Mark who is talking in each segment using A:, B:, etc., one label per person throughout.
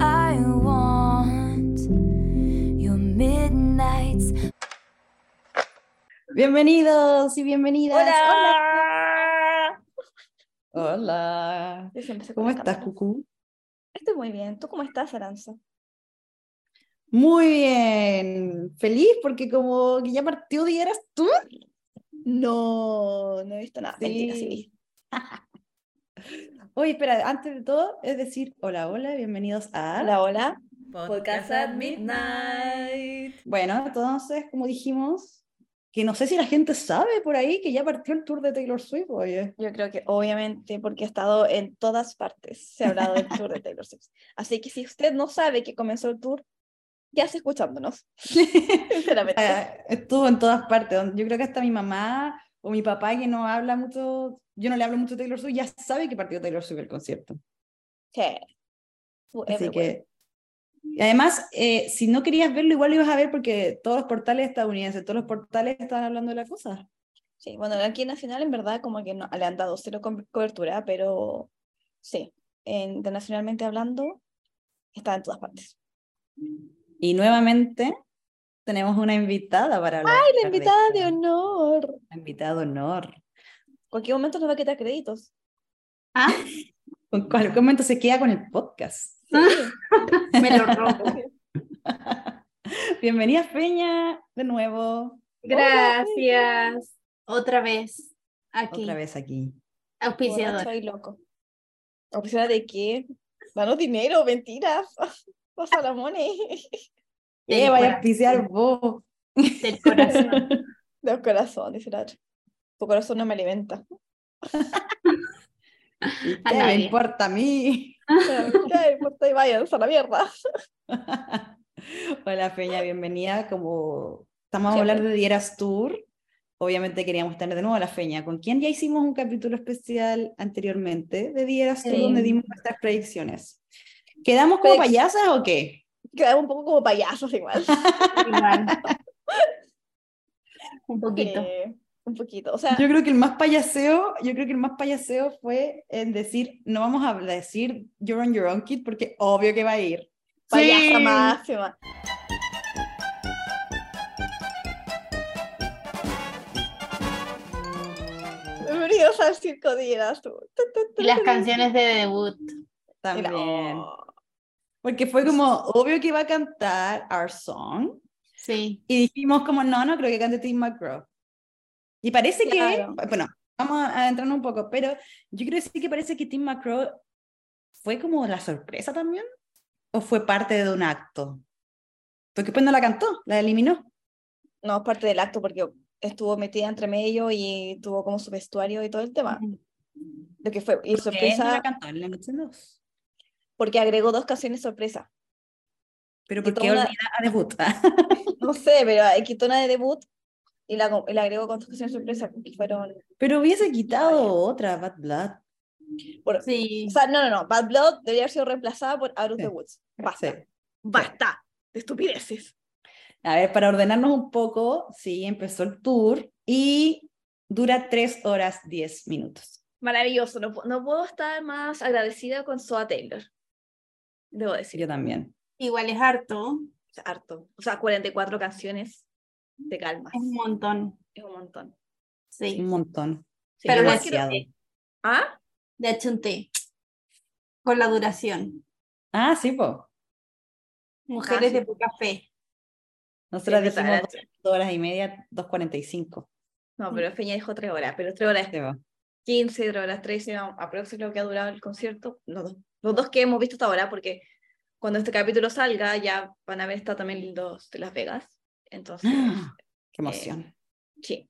A: I want your midnights.
B: Bienvenidos y bienvenidas.
C: Hola.
B: Hola. Hola.
C: Yo siempre sé
B: ¿Cómo
C: cómo
B: estás, Cucú?
C: Estoy muy bien. ¿Tú cómo estás, Aranza?
B: Muy bien. Feliz porque como que ya partió dieras tú.
C: No, no he visto nada. Mentira, sí. vi.
B: Oye, espera, antes de todo, es decir, hola, hola, bienvenidos a...
C: Hola, hola.
D: Podcast at Midnight.
B: Bueno, entonces, como dijimos, que no sé si la gente sabe por ahí que ya partió el tour de Taylor Swift, oye.
C: Yo creo que obviamente porque ha estado en todas partes, se ha hablado del tour de Taylor Swift. Así que si usted no sabe que comenzó el tour, ya está escuchándonos. Sinceramente.
B: Ah, Estuvo en todas partes. donde- Yo creo que hasta mi mamá o mi papá, que no habla mucho, yo no le hablo mucho de Taylor Swift, ya sabe que partió Taylor Swift el concierto.
C: Sí. Fue
B: Así
C: everywhere.
B: que. Y además, eh, si no querías verlo, igual lo ibas a ver porque todos los portales estadounidenses, todos los portales estaban hablando de la cosa.
C: Sí, bueno, aquí en Nacional en verdad como que no, le han dado cero co- cobertura, pero sí, internacionalmente hablando, está en todas partes.
B: Y nuevamente tenemos una invitada para hablar.
C: La invitada de honor.
B: La invitada de honor.
C: cualquier momento nos va a quitar créditos.
B: ¿Con cuál momento se queda con el podcast?
D: Me lo robo.
B: Bienvenida, Peña, de nuevo,
D: Gracias. Otra vez. Aquí.
B: otra vez aquí.
D: Auspiciador.
C: Soy loco. ¿Oficina de qué? Danos dinero, mentiras. Pasa la money.
B: Eh,
D: Del
B: vaya a
D: corazón,
B: auspiciar vos.
D: Del corazón.
C: Los corazón, dice la otra. Tu corazón no me alimenta.
B: ¿Qué
D: A
B: me
D: nadie.
B: importa a mí?
C: Ay, por ahí váyanse a la mierda.
B: Hola Peña, bienvenida. Como estamos a
C: Siempre.
B: hablar de Dieras Tour, obviamente queríamos tener de nuevo a la Feña, con quien ya hicimos un capítulo especial anteriormente de Dieras Tour,
D: Sí.
B: donde dimos nuestras predicciones. ¿Quedamos como
C: Predicc-
B: payasas o qué?
C: Quedamos un poco como payasos igual.
D: Igual. Un poquito.
C: Eh, un poquito. O sea,
B: Yo creo que el más payaseo, yo creo que el más payaseo fue en decir, no vamos a decir You're on your own kid, porque obvio que va a ir.
C: payasa
D: Sí.
C: máxima. Bienvenidos al circo de Yeras, tú.
D: Y las canciones de debut.
C: Era-
B: También.
C: Oh.
B: Porque fue como, obvio que va a cantar Our Song.
D: Sí.
B: Y dijimos como, no, no creo que cante Tim McGraw. Y parece
C: Claro.
B: que, bueno, vamos a entrar un poco, pero yo creo sí que parece que Tim McGraw fue como la sorpresa también, o fue parte de un acto. Porque después no la cantó, la eliminó.
C: No, es parte del acto porque estuvo metida entre medio y tuvo como su vestuario y todo el tema. Lo que fue, y
B: Sorpresa. No la
C: sorpresa,
B: cantó en la noche dos.
C: porque agregó dos canciones sorpresa.
B: Pero
C: Y
B: ¿por qué
C: toda-
B: olvidar a debut?
C: No sé, pero eh, quitó una de debut y la, co- y la agregó con dos canciones sorpresa que fueron.
B: pero hubiese quitado otra, Bad Blood.
C: por-
D: Sí.
C: O sea, no, no, no. Bad Blood debería haber sido reemplazada por Out of the
B: Sí.
C: Woods. Basta.
B: Sí.
C: Basta de estupideces.
B: A ver, para ordenarnos un poco, sí, empezó el tour y dura 3 horas 10 minutos.
C: Maravilloso. No, pu- no puedo estar más agradecida con Soa Taylor. Debo
B: Sí,
C: decir,
B: yo también.
D: Igual es harto.
C: o sea, harto. O sea, 44 canciones de calma.
D: Es un montón.
C: Es un montón.
D: Sí.
B: Un montón.
C: Sí,
D: Pero
C: igual
D: las-
C: quiero-
B: Demasiado.
C: ¿Ah?
D: De hecho, un té. Con la duración.
B: Ah, sí, po.
D: Mujeres
C: sí.
D: de poca fe.
B: Nosotras
C: Sí, es
B: dijimos
C: verdad,
B: dos horas y media, 2.45.
C: No, pero Feña dijo tres horas, pero tres horas
B: Sí, po.
C: 15, tres horas 13, no, aproximadamente lo que ha durado el concierto. Los dos, los dos que hemos visto hasta ahora, porque cuando este capítulo salga ya van a ver está también los de Las Vegas. Entonces, eh,
B: ¡Ah! Qué emoción.
C: sí.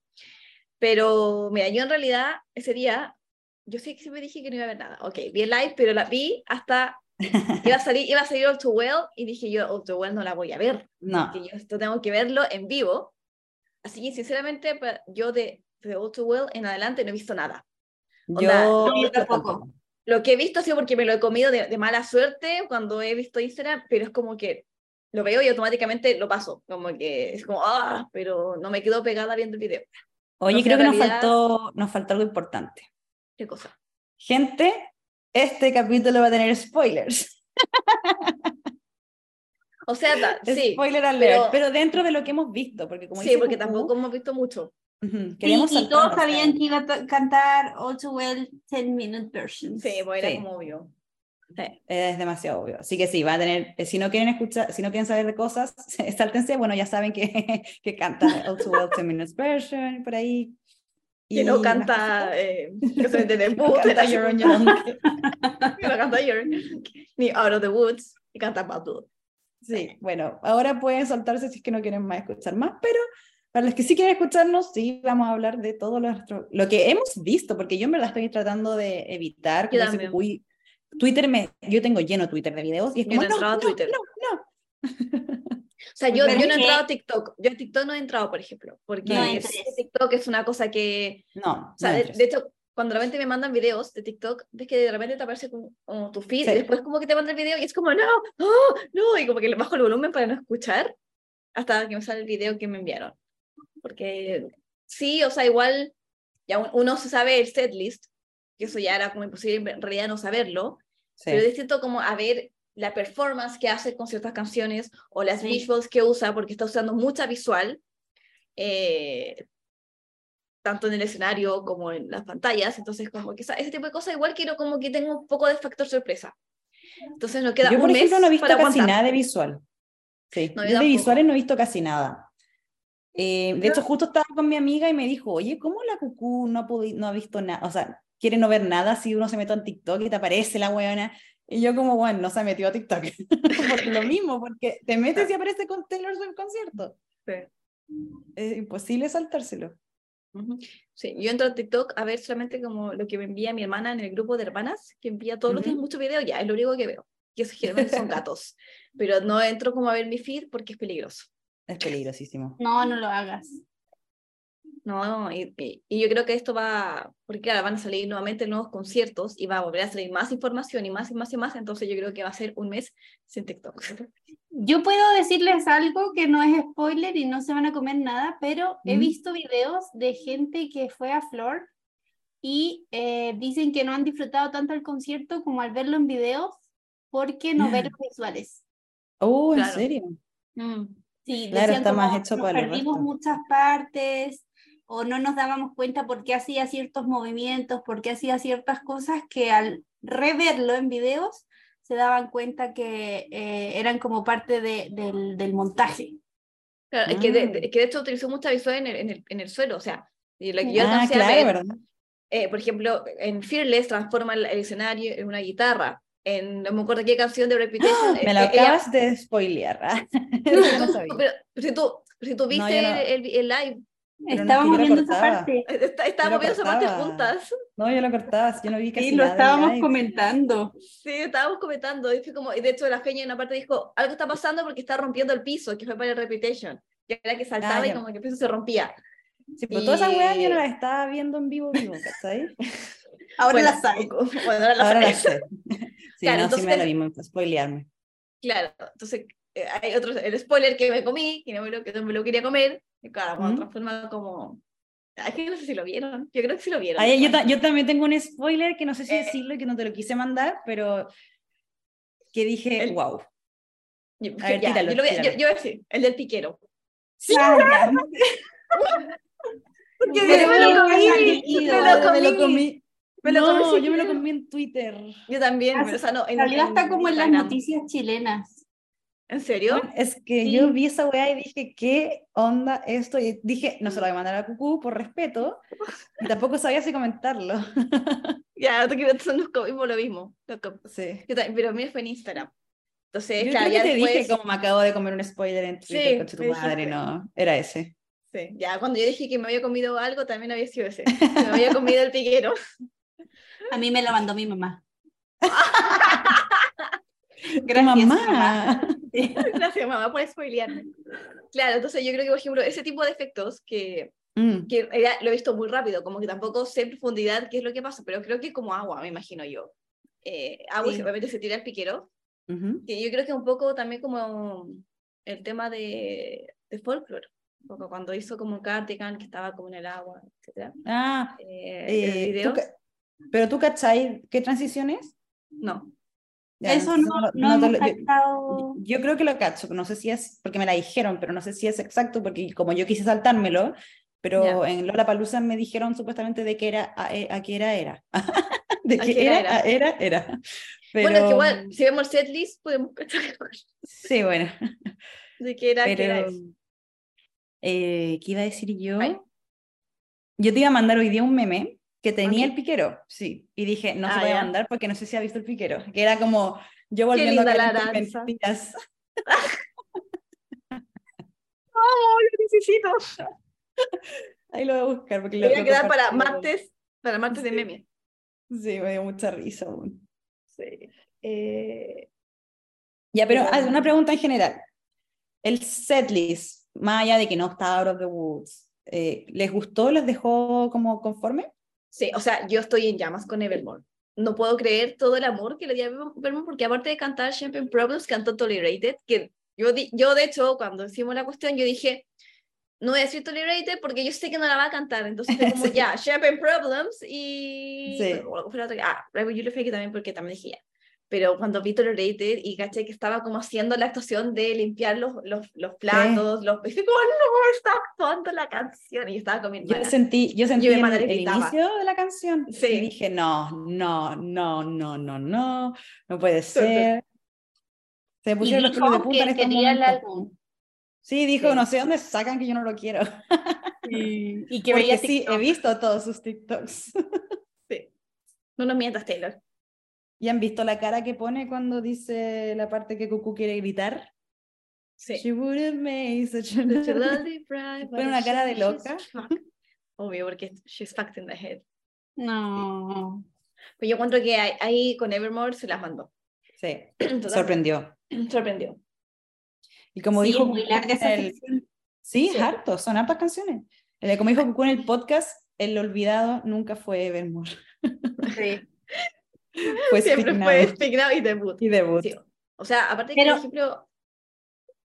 C: Pero mira, yo en realidad ese día, yo sé que siempre dije que no iba a ver nada. Ok, vi el live, pero la vi hasta, iba a salir, iba a salir All Too Well y dije yo, All Too Well no la voy a ver
B: No,
C: que yo esto tengo que verlo en vivo. Así que sinceramente pa- yo de, de All Too Well en adelante no he visto nada. onda,
B: yo,
D: no, yo tampoco.
C: Lo que he visto ha sido porque me lo he comido de, de mala suerte cuando he visto Instagram, pero es como que lo veo y automáticamente lo paso. Como que es como, ah, pero no me quedo pegada viendo el video.
B: Oye,
C: No sé,
B: creo que
C: en
B: nos
C: realidad-
B: faltó, nos faltó algo importante.
C: ¿Qué cosa?
B: Gente, este capítulo va a tener spoilers.
C: O sea, ta- sí,
B: Spoiler alert,
C: pero-
B: pero, dentro de lo que hemos visto, porque como
C: sí,
B: dice
C: porque
B: Cucú,
C: tampoco hemos visto mucho.
B: ujú,
D: Sí,
B: queríamos
D: y
B: saltar,
D: todos
B: o sea,
D: sabían que iba a to- cantar All Too Well 10 Minute Version.
C: Sí, pues era
B: Sí.
C: como obvio. Sí.
B: Es demasiado obvio. Así que sí, va a tener, eh, si no quieren escuchar, si no quieren saber de cosas, sáltense, bueno, ya saben que, que canta All Too Well 10 Minutes Version por ahí.
C: Que no
B: Y
C: canta, eh, que se
B: las cositas.
C: tenemos,
B: No canta
C: que
B: Your Own Young.
C: no canta Yearn, ni Out of the Woods, y canta Bad Blood.
B: Sí, bueno, ahora pueden soltarse si es que no quieren más escuchar más, pero para los que sí quieren escucharnos, sí vamos a hablar de todo lo, nuestro- lo que hemos visto, porque yo en verdad estoy tratando de evitar
C: Yo
B: como ese
C: también.
B: cucuy- Twitter me, yo tengo lleno Twitter de videos y es
C: Yo
B: como,
C: no he
B: no,
C: entrado a
B: no,
C: Twitter".
B: no, no. ¿eh?
C: O sea, yo, yo
D: Pero
C: no
D: es
C: he
D: que-
C: entrado a TikTok. Yo a TikTok no he entrado, por ejemplo, porque
B: No
C: es-
D: entres.
C: TikTok es una cosa que.
B: No,
C: O sea,
B: no
C: de,
B: entres.
C: de hecho, cuando de repente me mandan videos de TikTok, ves que de repente te aparece como, como tu feed
B: Sí.
C: y después como que te mandan el video y es como, no, oh, no, y como que le bajo el volumen para no escuchar hasta que me sale el video que me enviaron. Porque sí, o sea, igual ya un- uno se sabe el setlist, que eso ya era como imposible en realidad no saberlo,
B: Sí.
C: pero es distinto como a ver la performance que hace con ciertas canciones o las
D: Sí.
C: visuals que usa, porque está usando mucha visual, eh, tanto en el escenario como en las pantallas, entonces como que esa- ese tipo de cosas igual quiero como que tengo un poco de factor sorpresa. Entonces nos queda
B: Yo,
C: un
B: por
C: mes
B: ejemplo, no he visto
C: para
B: casi
C: aguantar.
B: nada de visual. Sí,
C: No, yo
B: yo de
C: tampoco.
B: visuales no he visto casi nada. Eh, de
C: Yo-
B: hecho, justo estaba con mi amiga y me dijo, oye, ¿cómo la cucú no ha, podi- no ha visto nada? O sea, quiere no ver nada si uno se mete en TikTok y te aparece la weona. Y yo como, bueno, no se metió a TikTok. por lo mismo, porque te metes y aparece con Taylor Swift concierto. Es imposible saltárselo.
C: Ujú. Sí, yo entro a TikTok a ver solamente como lo que me envía mi hermana en el grupo de hermanas, que envía todos los días
B: Ujú.
C: mucho video, ya, es lo único que veo. Y esos generalmente son gatos. Pero no entro como a ver mi feed porque es peligroso.
B: Es peligrosísimo.
D: No, no lo hagas.
C: No, y, y- y yo creo que esto va, porque claro, van a salir nuevamente nuevos conciertos y va a volver a salir más información y más y más y más, entonces yo creo que va a ser un mes sin TikTok.
D: Yo puedo decirles algo que no es spoiler y no se van a comer nada, pero he
B: ¿Mm?
D: visto videos de gente que fue a Flor y eh, dicen que no han disfrutado tanto el concierto como al verlo en videos porque no ven los visuales.
B: Oh, ¿en
C: Claro.
B: serio?
D: Sí,
B: Claro,
D: decían
B: está más
D: como,
B: hecho
D: "Nos
B: para los
D: perdimos
B: restos".
D: muchas partes o no nos dábamos cuenta por qué hacía ciertos movimientos, por qué hacía ciertas cosas que al reverlo en videos se daban cuenta que eh, eran como parte de- del, del montaje.
C: Claro, es que de,
B: Mm.
C: de- es que de hecho utilizó mucha visual en el, en el, en el suelo, o sea, y lo que yo
B: ah,
C: alcancé a
B: claro,
C: ver,
B: ¿verdad?
C: eh, por ejemplo, en Fearless transforma el, el escenario en una guitarra. En, no me acuerdo qué canción de Reputation. eh,
B: ¡Ah! Me la
C: eh, ella-
B: acabas de spoilear. Eso yo no sabía.
C: pero, pero si tú, si tú
B: yo
C: viste
B: no-
C: el, el- el live,
B: no,
D: Estábamos
B: que yo
D: viendo esa
B: recortaba.
D: parte.
C: eh, está-
B: lo
C: estábamos viendo esa parte
B: cortaba.
C: juntas.
B: No, yo lo cortaba, yo no vi casi
D: Sí, lo
B: nada del
D: estábamos
B: live.
D: comentando.
C: Sí, estábamos comentando. Y, fue como, y de hecho, la Feña en una parte dijo: Algo está pasando porque está rompiendo el piso, que fue para el Reputation. Que era que saltaba y
B: ya.
C: como que el piso se rompía.
B: Sí, pero todas esas weas yo no
C: Y-
B: las estaba viendo en vivo, vivo, ¿cachai?
D: Ahora
C: Bueno,
D: la saben.
C: o- o- bueno, ahora la
B: Ahora
C: saben.
B: las sé. Sí,
C: Claro,
B: no, sí me da
C: entonces-
B: lo mismo, para spoilearme.
C: Claro, entonces eh, hay otro, el spoiler que me comí, que no me lo, que no me lo quería comer, y claro, cuando
B: ¿Mm?
C: transforma como... Ay, que no sé si lo vieron, yo creo que sí lo vieron.
B: Ay, yo, ta- yo también tengo un spoiler que no sé si
C: Eh.
B: decirlo y que no te lo quise mandar, pero que dije,
C: El-
B: wow.
C: Yo-
B: a ver,
C: ya,
B: tíralo,
C: yo lo voy a- yo-
B: tíralo.
C: yo voy a decir, el del piquero.
B: Sí,
D: Ah, ya.
B: porque
D: Pero
B: me
D: yo
B: lo
D: no
B: comí,
D: había leído,
B: me lo
C: yo
B: comí.
C: me lo comí. Me lo
B: no,
C: comí, sí,
B: yo me lo
C: claro.
B: comí en Twitter.
C: Yo también,
D: Ah,
C: pero, o sea, no, en
D: En realidad
C: en
D: está como en las
C: Instagram.
D: noticias chilenas.
C: ¿En serio?
B: Bueno, es que
D: Sí.
B: yo vi esa weá y dije, ¿qué onda esto? Y dije, no se lo voy a mandar a Cucú por respeto, y tampoco sabía si comentarlo.
C: Ya, te quiero- entonces nos comimos lo mismo. lo com-
B: Sí.
C: yo también, pero mío fue en Instagram. Entonces,
B: Yo
C: claro,
B: creo que
C: ya
B: te
C: después...
B: dije como me acabo de comer un spoiler en Twitter,
C: Sí,
B: concha tu
C: me
B: madre,
C: dijiste.
B: no, era ese.
C: Sí, ya cuando yo dije que me había comido algo, también había sido ese. que Me había comido el piquero.
D: A mí me la mandó mi mamá.
B: Tu
D: Gracias, mamá.
B: mamá.
C: Gracias, mamá, por spoilearme. Claro, entonces yo creo que, por ejemplo, ese tipo de efectos que,
B: Mm,
C: que en realidad lo he visto muy rápido, como que tampoco sé en profundidad qué es lo que pasa, pero creo que es como agua, me imagino yo. Eh, agua y
D: Sí.
C: obviamente se tira el piquero,
B: ujú.
C: que yo creo que un poco también como el tema de, de folklore, un poco cuando hizo como el cardigan que estaba como en el agua, etc.
B: Ah,
C: Eh,
B: eh,
C: el
B: tú
C: video,
B: ca- pero tú cachai, ¿qué transición es?
C: no.
B: Ya,
D: Eso
B: entonces
D: no,
B: no-
D: no,
B: no te
D: hemos
B: lo- yo-
D: cachado.
B: Yo creo que lo cacho, no sé si es, porque me la dijeron, pero no sé si es exacto, porque como yo quise saltármelo, pero en Lola Palusa me dijeron supuestamente de que era, a, e- a qué era, era. de
C: A
B: que
C: qué era,
B: era, a era, era.
C: Bueno, es
B: Pero-
C: que igual, si vemos el setlist, podemos cachar
B: Sí, bueno.
C: de qué era, qué era
B: Pero,
C: eso.
B: eh, ¿qué iba a decir yo?
C: Ay.
B: Yo te iba a mandar hoy día un meme que tenía
C: Ok.
B: el piquero, sí, y dije, no se
C: Ah,
B: lo voy
C: ya.
B: a mandar porque no sé si ha visto el piquero, que era como yo volviendo a
C: linda la
B: caer en tus
C: danza.
B: mentiras.
C: ¡Oh, lo necesito!
B: Ahí lo voy a buscar porque
C: Lo
B: lo
C: voy a
B: lo
C: quedar para
B: compartí.
C: martes, para martes de meme.
B: Sí, me dio mucha risa. weón.
C: Sí. Eh,
B: Ya, pero
C: Pero-
B: ah, una pregunta en general. El setlist, más allá de que no estaba Out of the Woods, eh, ¿les gustó? ¿Les dejó como conforme?
C: Sí, o sea, yo estoy en llamas con Evermore. No puedo creer todo el amor que le di a Evermore, porque aparte de cantar Champagne Problems, cantó Tolerated, que yo, di- yo de hecho, cuando hicimos la cuestión, yo dije, no voy a decir Tolerated porque yo sé que no la va a cantar, entonces fue como
B: Sí.
C: ya, Champagne Problems y...
B: Sí.
C: o algo fuera otra que- Ah, Rebel You Fake también, porque también dije ya. Pero cuando vi Tolerated y caché que estaba como haciendo la actuación de limpiar los, los, los platos, los... Y fue como, no, está actuando la canción, y yo estaba con mi
B: Yo
C: hermana.
B: sentí, yo sentí
C: mi
B: el,
C: madre
B: el
C: gritaba.
B: inicio de la canción
C: Sí.
B: y dije, no, no, no, no, no, no, no puede
C: Tú- tú-
B: ser. Se
D: Y
B: pusieron los pelos de
D: dijo
B: punta en
D: que
B: estos
D: quería el
B: momentos.
D: álbum.
B: Sí, dijo,
C: Sí.
B: no sé dónde sacan que yo no lo quiero.
D: Y que
B: Porque
D: veía
B: sí, he
D: TikTok.
B: visto todos sus TikToks.
C: No nos mientas, Taylor.
B: ¿Y han visto la cara que pone cuando dice la parte que Cucú quiere gritar?
C: Sí.
B: She wouldn't make such a
C: Put your
B: noise.
C: lovely bride
B: Pone
C: by
B: una
C: the
B: cara de
C: side, she's
B: loca.
C: fucked. Obvio, porque she's fucked in the head.
D: No.
C: Pero yo encuentro que ahí, ahí con Evermore se las mandó.
B: Sí,
C: Total-
B: sorprendió.
C: sorprendió.
B: Y como
D: Sí,
B: dijo
D: es muy
B: Cucú
D: larga esa
B: en el-
D: sección.
B: Sí,
C: Sí.
B: es harto, son hartas canciones. Eh, Como dijo Cucú en el podcast, el olvidado nunca fue Evermore.
D: Sí.
B: Fue
C: Siempre
B: Speak Now
C: fue Speak Now y debut.
B: y debut.
C: Sí. O sea, aparte que,
D: Pero-
C: por ejemplo,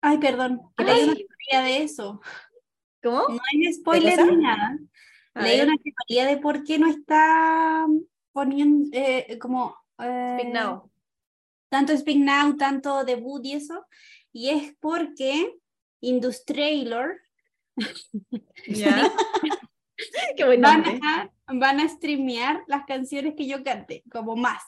D: Ay, perdón.
C: Ay.
D: Leí una teoría de eso.
C: ¿cómo?
D: No hay spoiler
B: cosa?
D: ni nada.
C: A
D: Leí
C: ver,
D: una teoría de por qué no está poniendo eh, como. eh,
C: Speak Now.
D: tanto Speak Now, tanto debut y eso, y es porque Industrailer
C: Ya. Qué ¿eh? buen
D: van
C: nombre.
D: a, van a streamear las canciones que yo cante, como más.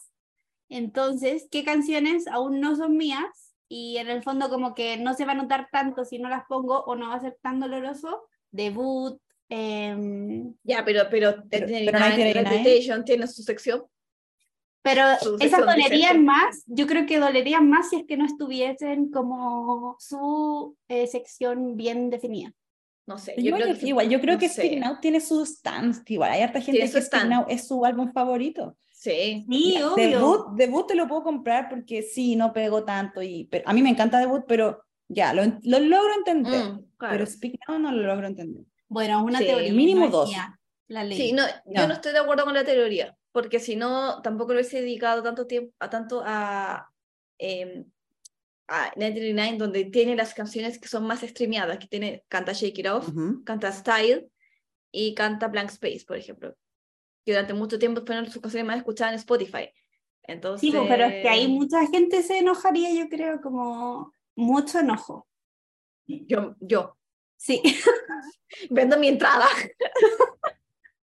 D: Entonces, ¿qué canciones aún no son mías? Y en el fondo como que no se va a notar tanto si no las pongo o no va a ser tan doloroso. Debut, em,
C: Ya, pero, pero,
B: Pero-
C: 1989,
B: pero 1989.
C: Reputation tiene su sección.
D: pero
C: Su
D: esas
C: sección
D: dolerían
C: decente.
D: más, yo creo que dolerían más si es que no estuviesen como su eh, sección bien definida.
C: No sé.
B: Igual,
C: creo
B: yo-
C: que-
B: igual, yo creo
C: no
B: que
C: sé.
B: Speak Now tiene su stance, igual hay harta gente
C: Tiene su
B: que Speak
C: stand.
B: Now es su álbum favorito.
C: Sí.
D: Sí,
B: Ya,
D: obvio.
B: Debut, debut te lo puedo comprar porque sí, no pegó tanto y pero- a mí me encanta debut, pero ya, lo, en- lo logro entender.
C: Mm, claro.
B: Pero Speak Now no lo logro entender.
D: Bueno, una
C: Sí,
D: teoría.
B: mínimo
D: no
B: dos.
D: decía La ley.
C: Sí, no, yo
B: Ya.
C: no estoy de acuerdo con la teoría, porque si no, tampoco lo hubiese dedicado tanto tiempo a tanto a, em, a 1989, donde tiene las canciones que son más streameadas, que tiene, canta Shake It Off,
B: Ujú.
C: canta Style y canta Blank Space, por ejemplo, que durante mucho tiempo fueron sus canciones más escuchadas en Spotify. Entonces,
D: Sí, pues, pero es que ahí mucha gente se enojaría, yo creo, como mucho enojo.
C: yo, yo
D: Sí,
C: vendo mi entrada.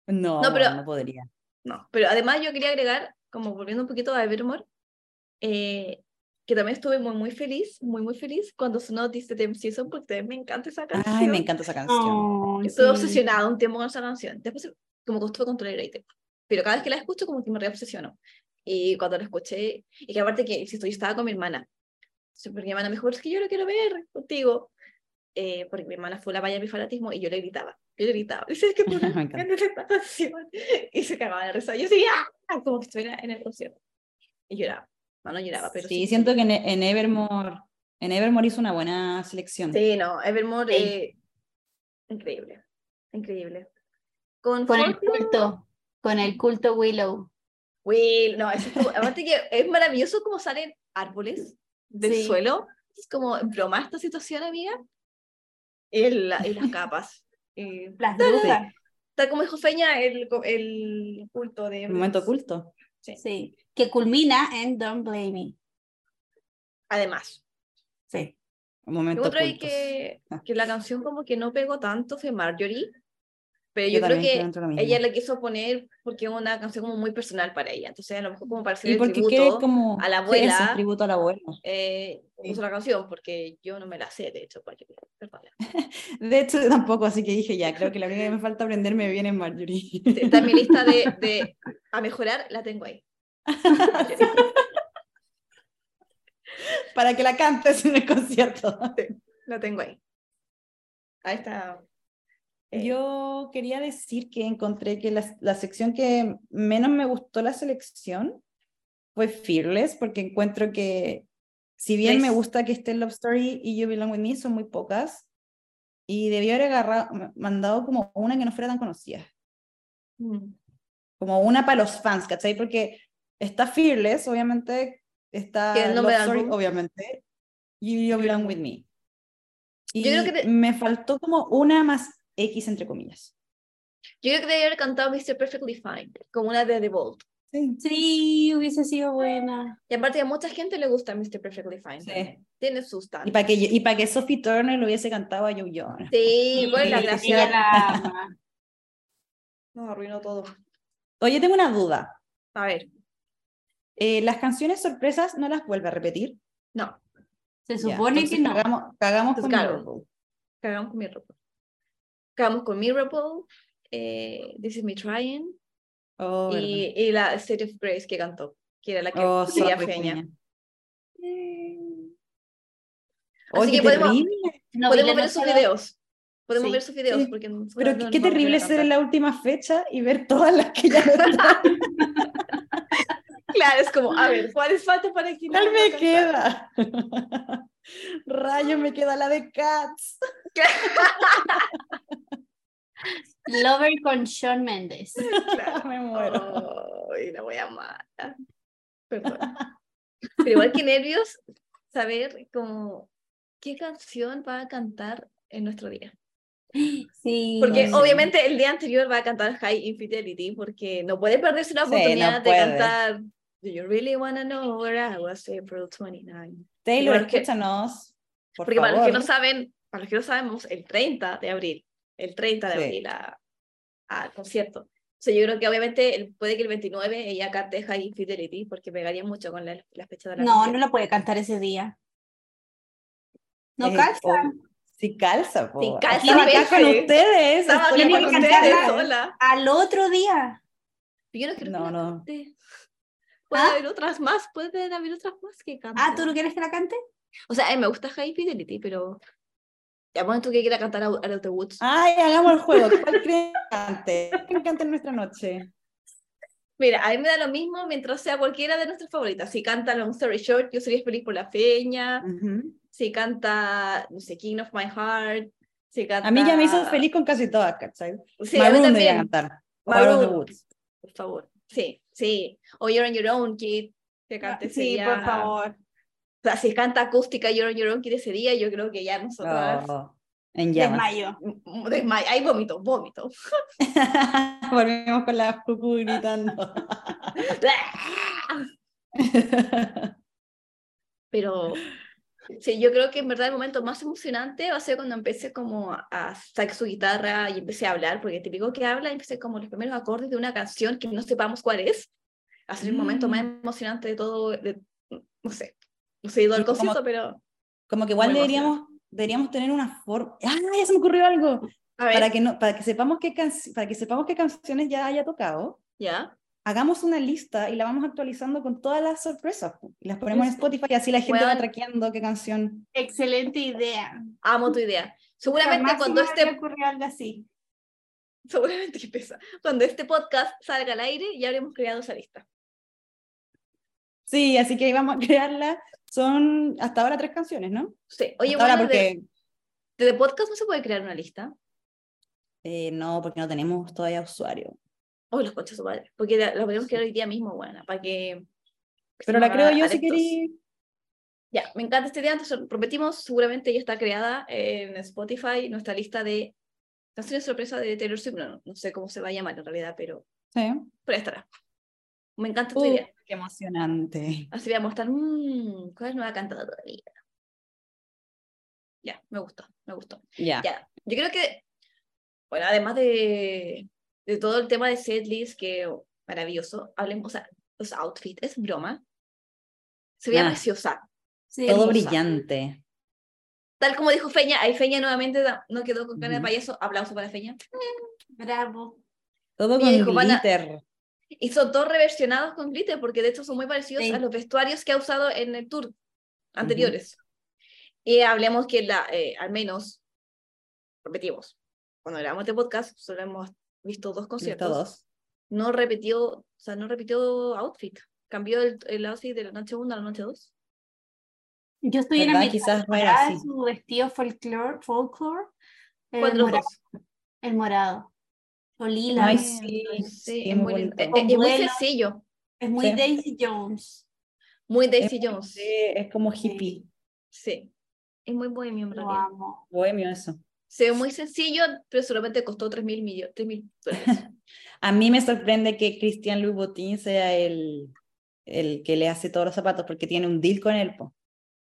B: No,
C: No, pero-
B: bueno, no podría.
C: No, pero además yo quería agregar, como volviendo un poquito a Evermore, eh, que también estuve muy, muy feliz, muy, muy feliz cuando sonó This the Damn Season, porque también me encanta esa canción.
B: Ay, me encanta esa canción.
D: No,
C: Estuve
D: sí.
C: obsesionada un tiempo con esa canción. Después, como que estuve con Tolerated. Pero cada vez que la escucho, como que me reobsesiono. Y cuando la escuché, y que aparte que, insisto, yo estaba con mi hermana. Entonces, Porque mi hermana me dijo, es que yo lo quiero ver contigo. Eh, porque mi hermana fue la valla de mi fanatismo y yo le gritaba. Yo le gritaba. Dice, es que tú no
B: Me encanta.
C: entiendes esta canción. Y se cagaba de risa. Yo seguía ¡ah! como que estuviera en el concierto. Y lloraba. No, no lloraba, pero
B: sí, siento que en, en Evermore, en Evermore hizo una buena selección.
C: Sí, no, Evermore,
D: Sí.
C: eh, increíble. Increíble. Con,
D: Con el
C: Folklore-
D: culto, con el culto Willow.
C: Will, no, eso estuvo- aparte que es maravilloso cómo salen árboles del
D: Sí.
C: suelo. Es como broma esta situación, amiga. Y, la- y las capas. Y
D: Las brujas.
C: tal como dijo Feña, el, co- el culto de.
B: Un momento oculto.
D: Sí. Que culmina en Don't Blame Me.
C: Además,
B: Sí. Un
C: yo
B: momento.
C: creo ahí
B: ocultos.
C: que,
B: Ah.
C: que la canción como que no pegó tanto fue Marjorie, pero
B: Yo
C: yo, creo
B: también
C: que
B: encuentro lo mismo.
C: ella la quiso poner porque es una canción como muy personal para ella, entonces a lo mejor como para hacer
B: Y
C: el
B: porque quiere
C: tributo,
B: como
C: a la
B: sí,
C: abuela.
B: eso, tributo a la abuela.
C: eh,
B: Sí.
C: puso la canción porque yo no me la sé, de hecho, Marjorie, perdón.
B: De hecho, tampoco, así que dije ya, creo que la única que me falta aprenderme bien es Marjorie.
C: Está en mi lista de, de a mejorar, la tengo ahí.
B: Para que la cantes en el concierto.
C: La tengo ahí. Ahí está. Eh,
B: Yo quería decir que encontré que la, la sección que menos me gustó la selección fue Fearless, porque encuentro que, si bien me
C: Nice.
B: gusta que esté Love Story y You Belong With Me, son muy pocas, y debió haber agarrado, mandado como una que no fuera tan conocida.
C: mm,
B: como una para los fans, ¿cachai? Porque está Fearless, obviamente, está
C: Que es el nombre
B: Love
C: del
B: Story,
C: álbum.
B: obviamente, y You Belong With Me. Y
C: Yo creo que te-
B: me faltó como una más X, entre comillas.
C: Yo creo que debería haber cantado Mr. Perfectly Fine, como una de The Bold.
B: Sí.
D: Sí, hubiese sido buena.
C: Y aparte a mucha gente le gusta Mr. Perfectly Fine.
B: Sí.
C: también. Tiene sus
B: Y
C: tantos.
B: para que, y para que Sophie Turner lo hubiese cantado a Joe Jonas.
C: Sí, bueno, la
D: Sí,
C: gracia
D: ella la ama.
C: nos arruinó todo.
B: Oye, tengo una duda.
C: A ver,
B: Eh, ¿Las canciones sorpresas no las vuelve a repetir?
C: no,
D: Se
B: Ya,
D: supone
B: entonces
D: que no.
B: Cagamos, cagamos con
C: Claro.
B: Mirrorable.
C: cagamos con Miracle. Cagamos con Miracle, eh, This Is Me Trying,
B: Oh, verdad.
C: y, y la State of Grace que cantó, que era la que
B: Oh,
C: quería
B: sorry,
C: Feña.
B: Peña.
C: Así
B: Oye,
C: que podemos-
B: terrible.
D: No,
C: Podemos
D: Pilar
C: ver
D: no
C: sus
D: sabe-
C: videos. Podemos
B: Sí.
C: ver sus videos
B: Sí.
C: porque nosotros
B: Pero
C: no
B: qué,
C: nos
B: qué
C: vamos a
B: terrible
C: poder
B: ser en
C: cantar.
B: la última fecha y ver todas las que ya no están.
C: Claro, es como, a ver, ¿cuáles falta para que
B: ¿Cuál
C: no me
B: me queda? Rayo, me queda la de Cats.
D: Lover con Shawn Mendes.
C: Claro.
B: Me muero.
C: Ay, la voy a amar. Perdón. Pero igual que nervios, saber como qué canción va a cantar en nuestro día.
D: Sí.
C: Porque
B: Sí.
C: obviamente el día anterior va a cantar High Infidelity porque no puede perderse la
B: Sí, no
C: oportunidad de
B: puede.
C: cantar Do you really wanna know where I was April 29?
B: Taylor,
C: Igual que-
B: escúchanos. Por
C: Porque para los que
B: favor.
C: no saben, para los que no sabemos, el 30 de abril, el 30 de
B: Sí.
C: abril a- al concierto. O sea, yo creo que obviamente el- puede que el 29 ella cante High Infidelity porque pegaría mucho con la, la fecha de la
D: No,
C: canción.
D: no la puede cantar ese día. No
B: Eh,
D: calza.
B: o- Sí calza, po.
C: Sí calza,
B: Estaba acá
C: Pepe.
B: con ustedes.
C: Estaba
B: estoy
C: hablando
B: acá
C: con
B: con
D: cantarla.
C: ustedes
B: ustedes.
C: sola.
D: Al otro día.
C: Yo no quiero
B: No,
C: que la
B: no.
C: cante. Puede
D: ¿Ah?
C: haber otras más, pueden haber otras más que canten.
D: Ah, ¿tú no quieres que la cante?
C: O sea, a mí me gusta High Infidelity, pero... Ya bueno, tú que quieras cantar a, a The Woods.
B: Ay, hagamos el juego. ¿Cuál creen que cante? ¿Cuál canta en nuestra noche?
C: Mira, a mí me da lo mismo mientras sea cualquiera de nuestras favoritas. Si canta Long Story Short, yo sería feliz por la feña.
B: Ujú.
C: si canta, no sé, King of My Heart, si canta...
B: A mí ya me hizo feliz con casi todas, ¿cachai?
C: Sí, a mí
B: Maroon debería
C: también,
B: cantar. o Out of the
C: Maroon.
B: Woods.
C: por favor. Sí, sí. O You're on Your Own, Kid, que cante ese
D: sí,
C: día.
D: por favor.
C: O sea, si canta acústica You're on Your Own, Kid ese día, yo creo que ya nosotras...
B: Oh, en llamas.
D: Desmayo.
C: m- m- desmay- Hay vómito, vómito.
B: Volvemos con la cucú gritando.
C: Pero sí, yo creo que en verdad el momento más emocionante va a ser cuando empecé como a, a sacar su guitarra y empecé a hablar, porque típico que habla, empecé como los primeros acordes de una canción que no sepamos cuál es, va a ser el momento más emocionante de todo, de- no sé, no sé, he ido al
B: Mm. Y como-
C: concierto, pero
B: Como que igual
C: Muy
B: deberíamos, deberíamos tener una forma. ¡Ah, ya se me ocurrió algo!
C: a ver,
B: Para que, no, para, que sepamos qué canc- para que sepamos qué canciones ya haya tocado,
C: ya,
B: hagamos una lista y la vamos actualizando con todas las sorpresas. po, Y las ponemos en
C: Eso.
B: Spotify y así la gente va
C: Weón.
B: traqueando qué canción.
D: Excelente idea.
C: amo tu idea. Seguramente
D: Jamás se
C: cuando
D: me había
C: este,
D: ocurrido algo así.
C: seguramente que pesa, cuando este podcast salga al aire ya habremos creado esa lista.
B: Sí, así que ahí vamos a crearla. Son hasta ahora tres canciones, ¿no?
C: Sí, oye,
B: Hasta ahora
C: bueno, de-
B: porque,
C: de, podcast no se puede crear una lista.
B: eh, no, porque no tenemos todavía usuario.
C: Hoy Oh, los conchas de su madre, porque la, la podemos crear hoy día mismo, buena, para que.
B: Pero la creo yo si
C: Adeptos.
B: queréis.
C: Ya, me encanta este día. Entonces, prometimos, seguramente ya está creada en Spotify nuestra lista de canciones sorpresa de Taylor Swift. No, no sé cómo se va a llamar en realidad, pero,
B: Sí.
C: pero ahí estará. Me encanta tu
B: Uh,
C: idea.
B: qué emocionante.
C: Así voy a mostrar, mmm, ¿cuál es nueva cantada todavía? Ya, me gustó, me gustó.
B: Ya.
C: Ya, yo creo que, bueno, además de, de todo el tema de setlist, que oh, maravilloso, hablemos, o sea, los outfits, es broma. Se veía
B: Ah.
C: preciosa.
D: Sí.
B: Todo
C: hermosa.
B: brillante.
C: Tal como dijo Feña, ahí Feña nuevamente da- no quedó con cara de
B: Ujú.
C: payaso, aplauso para Feña.
D: Bravo.
B: Todo
C: Mira, dijo,
B: con
C: van a-
B: glitter.
C: Y son todos reversionados con glitter, porque de hecho son muy parecidos
D: Sí.
C: a los vestuarios que ha usado en el tour anteriores. Y hablemos que la, eh, al menos, repetimos, cuando grabamos este podcast, solo hemos visto dos conciertos.
B: Todos.
C: No repitió, o sea, no repitió outfit. Cambió el, el outfit de la noche 1 a la noche 2.
D: Yo estoy en
B: ¿Verdad?
D: la
B: Quizás no era así.
D: su vestido folclore, folclore el,
C: ¿Cuál de los
D: morado,
C: dos?
D: el morado. O lila.
B: Ay,
D: no sé.
B: sí.
C: Sí,
B: sí,
C: es
B: muy
C: muy,
B: bonito.
C: eh, eh,
D: Con
C: es muy
D: vuelo.
C: sencillo.
D: Es muy
B: Sí.
D: Daisy Jones.
C: Muy Daisy
B: muy-
C: Jones.
B: Oh, Sí, es como hippie.
C: Sí. Es muy bohemio en
D: Lo
C: realidad.
D: amo.
B: Bohemio eso.
C: Se ve muy sencillo, pero solamente costó 3 mil millones. 3 mil dólares.
B: A mí me sorprende que Cristian Louboutin sea el, el que le hace todos los zapatos, porque tiene un deal con él. po.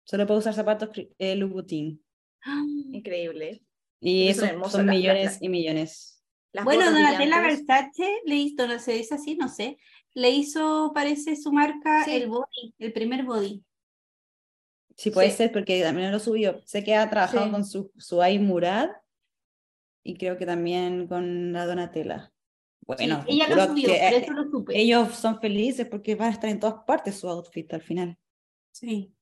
B: Solo puede usar zapatos Cri- eh, Louboutin. Ah,
C: Increíble.
B: Y
C: Porque son
B: eso
C: hermosas
B: son
C: las- las-
B: millones
C: las-
B: y millones.
C: Las
D: Bueno,
C: botas
D: Donatella
C: brillantes.
D: Versace le hizo, no se dice así, no sé. Le hizo, parece su marca,
C: Sí.
D: el body, el primer body.
B: Sí, puede
C: Sí.
B: ser, porque también lo subió. Sé que ha trabajado
C: Sí.
B: con su, su Ai Murad y creo que también con la Donatella. Bueno,
D: Sí, ella lo
B: creo
D: subió,
B: que,
D: por
B: eh,
D: eso lo
C: pues,
D: supe.
B: ellos son felices porque van a estar en todas partes su outfit al final.
D: Sí.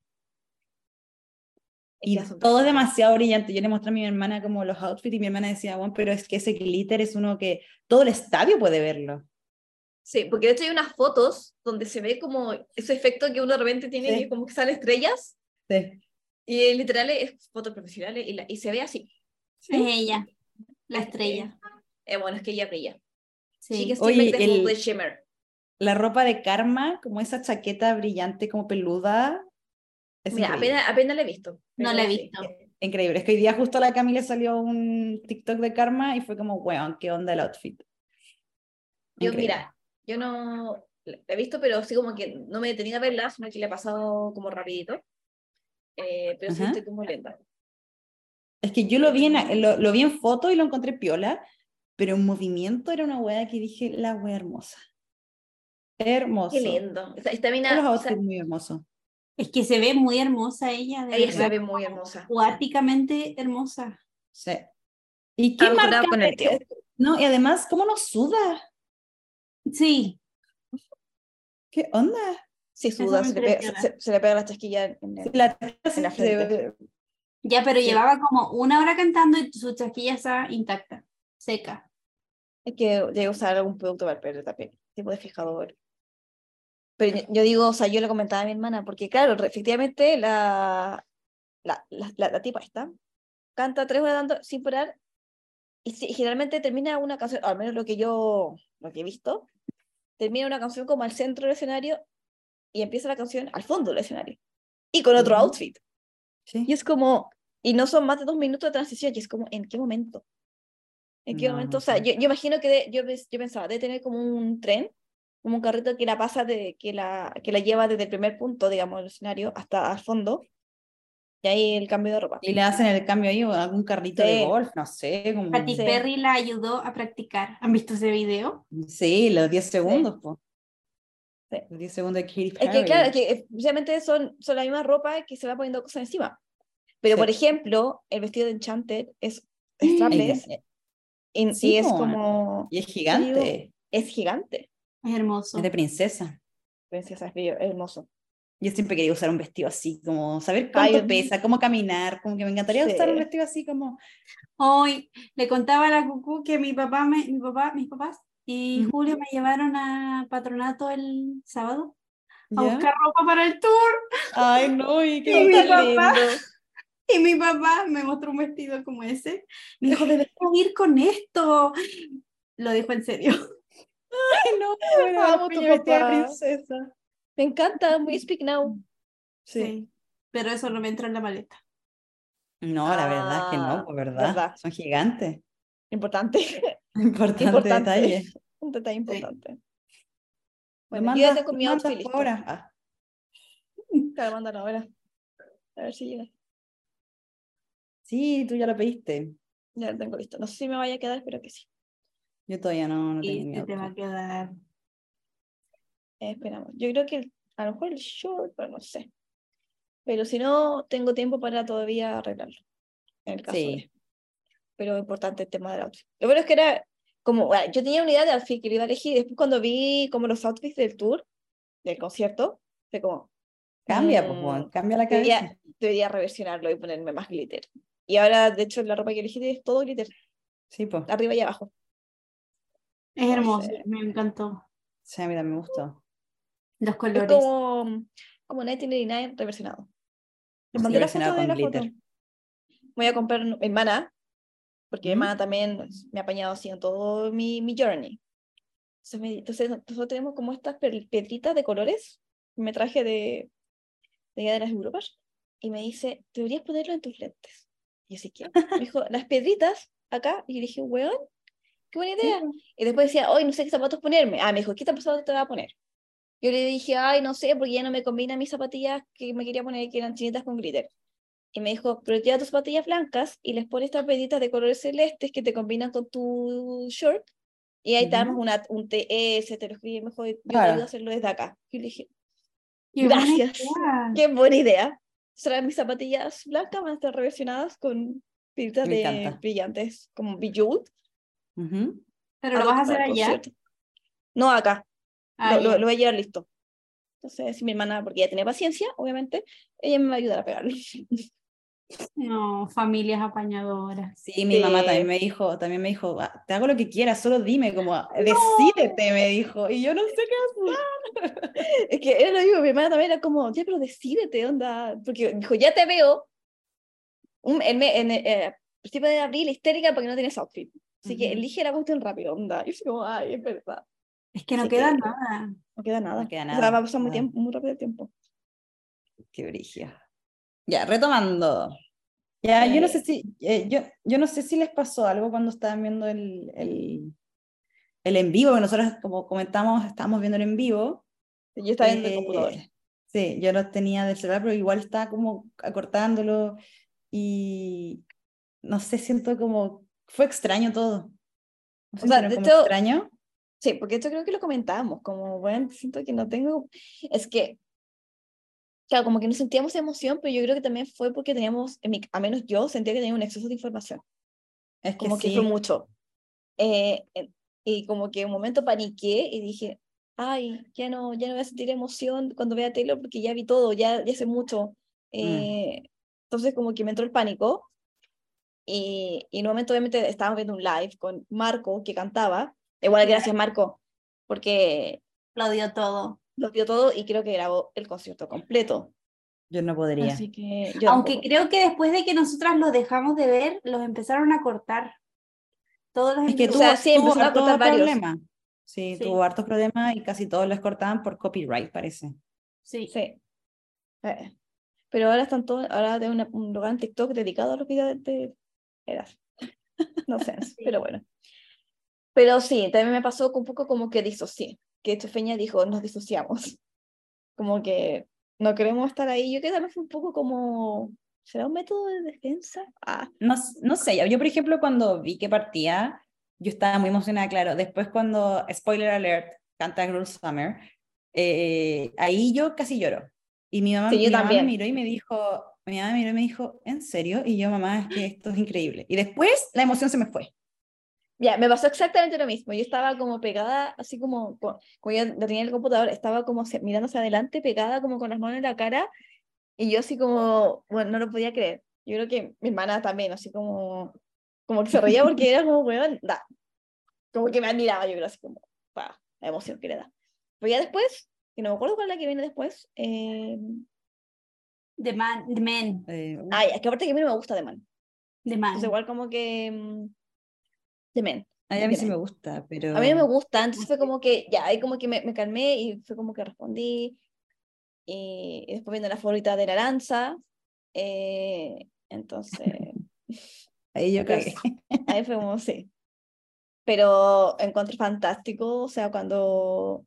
B: Y
C: Ya son
B: todo
C: personas.
B: demasiado brillante. Yo le mostré a mi hermana como los outfits y mi hermana decía, bueno, pero es que ese glitter es uno que todo el estadio puede verlo.
C: Sí, porque de hecho hay unas fotos donde se ve como ese efecto que uno de repente tiene,
B: Sí.
C: que como que salen estrellas,
B: Sí.
C: y eh, literal es fotos profesionales, y, la- y se ve así.
D: Es ella, la estrella.
C: Eh, bueno, es que ella brilla. She
D: Sí.
C: can still make
B: Oye,
C: the full
B: el-
C: blade shimmer.
B: La ropa de Karma, como esa chaqueta brillante, como peluda. Es
C: Mira,
B: increíble.
C: apenas, apenas la he visto.
D: No
C: pero
D: la he
C: sí.
D: visto.
B: Increíble. Es que hoy día justo a la Cami le salió un TikTok de Karma y fue como, weón, qué onda el outfit.
C: Yo,
B: Increíble.
C: mira, yo no la la he visto, pero así como que no me he detenido a verla, sino que la he pasado como rapidito. Eh, pero sí
B: Ajá.
C: estoy como lenta.
B: Es que yo lo vi, en, a- lo, lo vi en foto y lo encontré piola, pero en movimiento era una wea que dije, la wea hermosa. Hermoso.
C: Qué lindo. Esta, esta mina,
B: Todos los
C: o sea,
B: outfits muy hermosos.
D: Es que se ve muy hermosa ella, de
C: ella se
D: verdad,
C: ve muy hermosa.
D: acuáticamente hermosa.
B: Sí. ¿Y qué
C: Algo que
B: marca?
C: nada con el
B: es-
C: tiempo.
B: No, y además, ¿cómo nos suda?
D: Sí,
B: ¿Qué onda?
C: Sí,
D: Eso
C: suda,
D: me
C: se le, pega,
D: impresiona.
C: se, se le pega la chasquilla en- en el-
B: La
C: En la
B: se
C: frente.
B: ve-
D: ya, pero
B: Sí.
D: llevaba como una hora cantando y su chaquilla está intacta, seca.
C: Es que debe usar algún producto para el pelo también, tipo de fijador. Pero yo, yo digo, o sea, yo le comentaba a mi hermana, porque claro, re- efectivamente la, la, la, la- la tipa esta canta tres horas dando, sin parar y, si- generalmente termina una canción, al menos lo que yo lo que he visto, termina una canción como al centro del escenario y empieza la canción al fondo del escenario y con otro
B: Ujú.
C: outfit.
B: Sí.
C: Y es como, y no son más de dos minutos de transición, y es como, ¿en qué momento? ¿En qué
B: No,
C: momento? O sea,
B: sí.
C: yo, yo imagino que de- yo, pens- yo pensaba, de tener como un tren, como un carrito que la pasa, de, que, la, que la lleva desde el primer punto, digamos, del escenario hasta al fondo, y ahí el cambio de ropa.
B: Y le hacen el cambio ahí, o algún carrito de
C: Sí.
B: golf, no sé. Como...
D: Katy
C: Sí.
D: Perry la ayudó a practicar. ¿Han visto ese video?
B: Sí, los 10 segundos, po.
C: Sí.
B: Los 10 segundos de Katy
C: Es
B: Perry.
C: que, claro, es que eh, precisamente son, son la misma ropa que se va poniendo cosas encima. Pero,
B: Sí.
C: por ejemplo, el vestido de Enchanted es strapless,
B: Y-
C: y, y
B: sí,
C: es
B: po.
C: como,
B: Y es gigante,
C: es gigante.
D: Es hermoso.
B: es de princesa.
C: Princesa, es bello, es hermoso.
B: Yo siempre quería usar un vestido así, como saber
C: Ay,
B: cuánto
C: a mí-
B: pesa, cómo caminar, como que me encantaría usar un
C: Sí.
B: vestido así como...
D: Hoy le contaba a la cucú que mi papá, me, mi papá, mis papás y
B: Ujú.
D: Julio me llevaron a patronato el sábado a
B: ¿ya?
D: buscar ropa para el tour
B: Ay, no, y qué
D: Y mi
B: tan
D: papá-
B: lindo.
D: y mi papá me mostró un vestido como ese. Me dijo, deberías ir con esto. Lo dijo en serio.
B: Ay, no, era
C: Amo
B: mi
C: tu
B: vestida de
C: papá.
B: princesa.
C: Me encanta, muy Speak Now.
B: Sí.
D: Pero eso no me entró en la maleta.
B: No, la verdad es que
C: Ah,
B: no, pues, ¿verdad?
C: verdad.
B: Son gigantes.
C: Importante.
B: Importante,
C: Importante.
B: detalle.
C: Un detalle importante. Bueno,
B: Me
C: quédate
B: mandas-
C: con mi
B: me
C: outfit,
B: mandas
C: listo.
B: ahora. Ah.
C: Te la mandan ahora. A ver si llega.
B: Sí, tú ya lo pediste.
C: Ya lo tengo listo. No sé si me vaya a quedar, espero que sí.
B: Yo todavía no, no tengo
D: Y
B: ni
D: se te va a
B: outfit.
D: quedar.
C: Eh, esperamos. Yo creo que el- a lo mejor el short, pero no sé. Pero si no, tengo tiempo para todavía arreglarlo. En el caso
B: Sí.
C: de. Pero importante el tema del outfit. Lo bueno es que era como, bueno, yo tenía una idea de outfit que lo iba a elegir. Después cuando vi como los outfits del tour, del concierto, fue como,
B: Cambia, pues, Juan,
C: Mm,
B: cambia la
C: debería-
B: cabeza.
C: debería reversionarlo y ponerme más glitter. Y ahora, de hecho, la ropa que elegí es todo glitter,
B: Sí, pues.
C: arriba y abajo.
D: Es hermoso,
C: Entonces-
D: me encantó.
B: Sí, a mí también me gustó.
D: Los
C: Es
D: colores.
C: como, como 1989 reversionado. Te
B: Sí,
C: mandé la
B: reversionado
C: foto
B: con
C: de la
B: glitter.
C: foto. Voy a comprar un- en Mana, porque
B: ¿Mm?
C: en Mana también pues, me ha apañado así en todo mi, mi journey. Entonces, me- entonces nosotros tenemos como estas pel- piedritas de colores. Me traje de, de allá de las Europas y me dice, deberías ponerlo en tus lentes. Y yo así que, me dijo, las piedritas acá. Y yo dije, weón, qué buena idea. Y después decía, hoy no sé qué zapatos ponerme. Ah, me dijo, ¿qué zapatos te vas a poner? Yo le dije, ay, no sé, porque ya no me combinan mis zapatillas que me quería poner, que eran chinitas con glitter. Y me dijo, pero lleva tus zapatillas blancas y les pones estas peditas de colores celestes que te combinan con tu short. Y ahí te
B: Ujú.
C: damos una, un TS, te lo escribí mejor, yo te
B: Claro.
C: ayudo a hacerlo desde acá. Y le dije,
D: Qué buena
C: Gracias.
D: idea.
C: qué buena idea. Serán mis zapatillas blancas, van a estar reversionadas con peditas
B: Me
C: de
B: encanta.
C: brillantes, como Bejeweled.
B: Ujú.
D: Pero lo vas a hacer
C: Adaptado al
D: allá.
C: concierto. No acá,
D: Ah,
C: lo, lo-
D: ya.
C: lo voy a llevar listo. Entonces, si mi hermana, porque ella tiene paciencia, obviamente, ella me va a ayudar a pegarlo.
D: No, familias apañadoras.
B: Sí, mi mamá
C: Sí.
B: también me dijo, también me dijo, "Ah, te hago lo que quieras, solo dime, como, "Ah, decídete, me dijo. Y yo no sé qué hacer.
C: es que era lo mismo, mi hermana también era como, ya, pero decídete, onda. Porque dijo, ya te veo. Un, en, me- en, eh, a principios de abril, histérica porque no tienes outfit. Así que
B: Ujú.
C: elige la cuestión rápido, onda. Y yo como, ay, es verdad.
D: Es que no
C: Así
D: queda
C: que-
D: nada.
C: No queda nada.
B: No queda
C: O sea,
B: nada,
C: va a pasar muy,
B: nada.
C: tiempo, muy rápido el tiempo.
B: Qué brígido. Ya, retomando. Ya, yo no sé
C: Eh.
B: si, eh, yo, yo no sé si les pasó algo cuando estaban viendo el, el, el en vivo, que nosotros, como comentamos, estábamos viendo el en vivo.
C: Yo estaba viendo el
B: Eh,
C: computador.
B: Sí, yo los tenía del celular, pero igual estaba como acortándolo y no sé, siento como, fue extraño todo. ¿No
C: sea,
B: sintieron
C: de
B: como
C: hecho-
B: extraño?
C: Sí, porque esto creo que lo comentábamos, como, bueno, siento que no tengo, es que, claro, como que no sentíamos emoción, pero yo creo que también fue porque teníamos, en mi- a menos yo sentía que tenía un exceso de información,
B: Es que
C: como que,
B: sí.
C: fue mucho. Eh, eh, y como que un momento paniqué y dije, ay, ya no, ya no voy a sentir emoción cuando vea Taylor porque ya vi todo, ya, ya sé mucho.
B: Mm.
C: Eh, Entonces como que me entró el pánico y, y en un momento obviamente estábamos viendo un live con Marco que cantaba. Igual gracias Marco, porque
D: Lo dio todo.
C: lo vio todo y creo que grabó el concierto completo.
B: Yo no podría.
C: Así que yo
D: Aunque
C: tampoco.
D: creo que después de que nosotras los dejamos de ver, los empezaron a cortar. Todos los
B: Es que
D: en
B: tuvo,
C: O sea, sí,
B: tuvo
C: empezaron a
B: hartos
C: cortar varios.
B: problemas. Sí,
D: Sí.
B: tuvo hartos problemas y casi todos los cortaban por copyright, parece.
D: Sí.
C: Sí. Eh, Pero ahora están todos, ahora tengo una- un lugar en TikTok dedicado a los videos de Eras. No sé, pero bueno. Pero sí, también me pasó un poco como que disocié, que esto Feña dijo, nos disociamos. Como que no queremos estar ahí. Yo creo que también fue un poco como, ¿será un método de defensa? Ah,
B: No, s- no sé, yo por ejemplo cuando vi que partía, yo estaba muy emocionada, claro. Después cuando, spoiler alert, canta Cruel Summer, eh, ahí yo casi lloro. Y mi mamá,
C: Sí, yo
B: mi mamá me
C: también.
B: miró y me dijo, mi mamá me miró y me dijo, ¿en serio? Y yo, mamá, es que esto es increíble. Y después la emoción se me fue.
C: Ya, me pasó exactamente lo mismo. Yo estaba como pegada, así como, co- como yo la tenía en el computador, estaba como hacia- mirando hacia adelante, pegada como con las manos en la cara, y yo así como, bueno, no lo podía creer. Yo creo que mi hermana también, así como, como que se reía porque era como, weón, da. Como que me admiraba, yo creo, así como, pa, la emoción que le da. Pero ya después, que no me acuerdo cuál es la que viene después, eh,
D: The Man, The Man,
B: Eh,
C: ay, es que aparte que a mí no me gusta The Man.
D: The Man.
C: Entonces igual como que, mm, The Man.
B: ay, a mí sí
C: bien.
B: me gusta, pero...
C: A mí no me gusta, entonces fue como que ya, ahí como que me, me calmé y fue como que respondí. Y, y después viendo la favorita de la lanza. eh, entonces,
B: Ahí yo cagué.
C: ahí fue como sí. Pero encuentro fantástico, o sea, cuando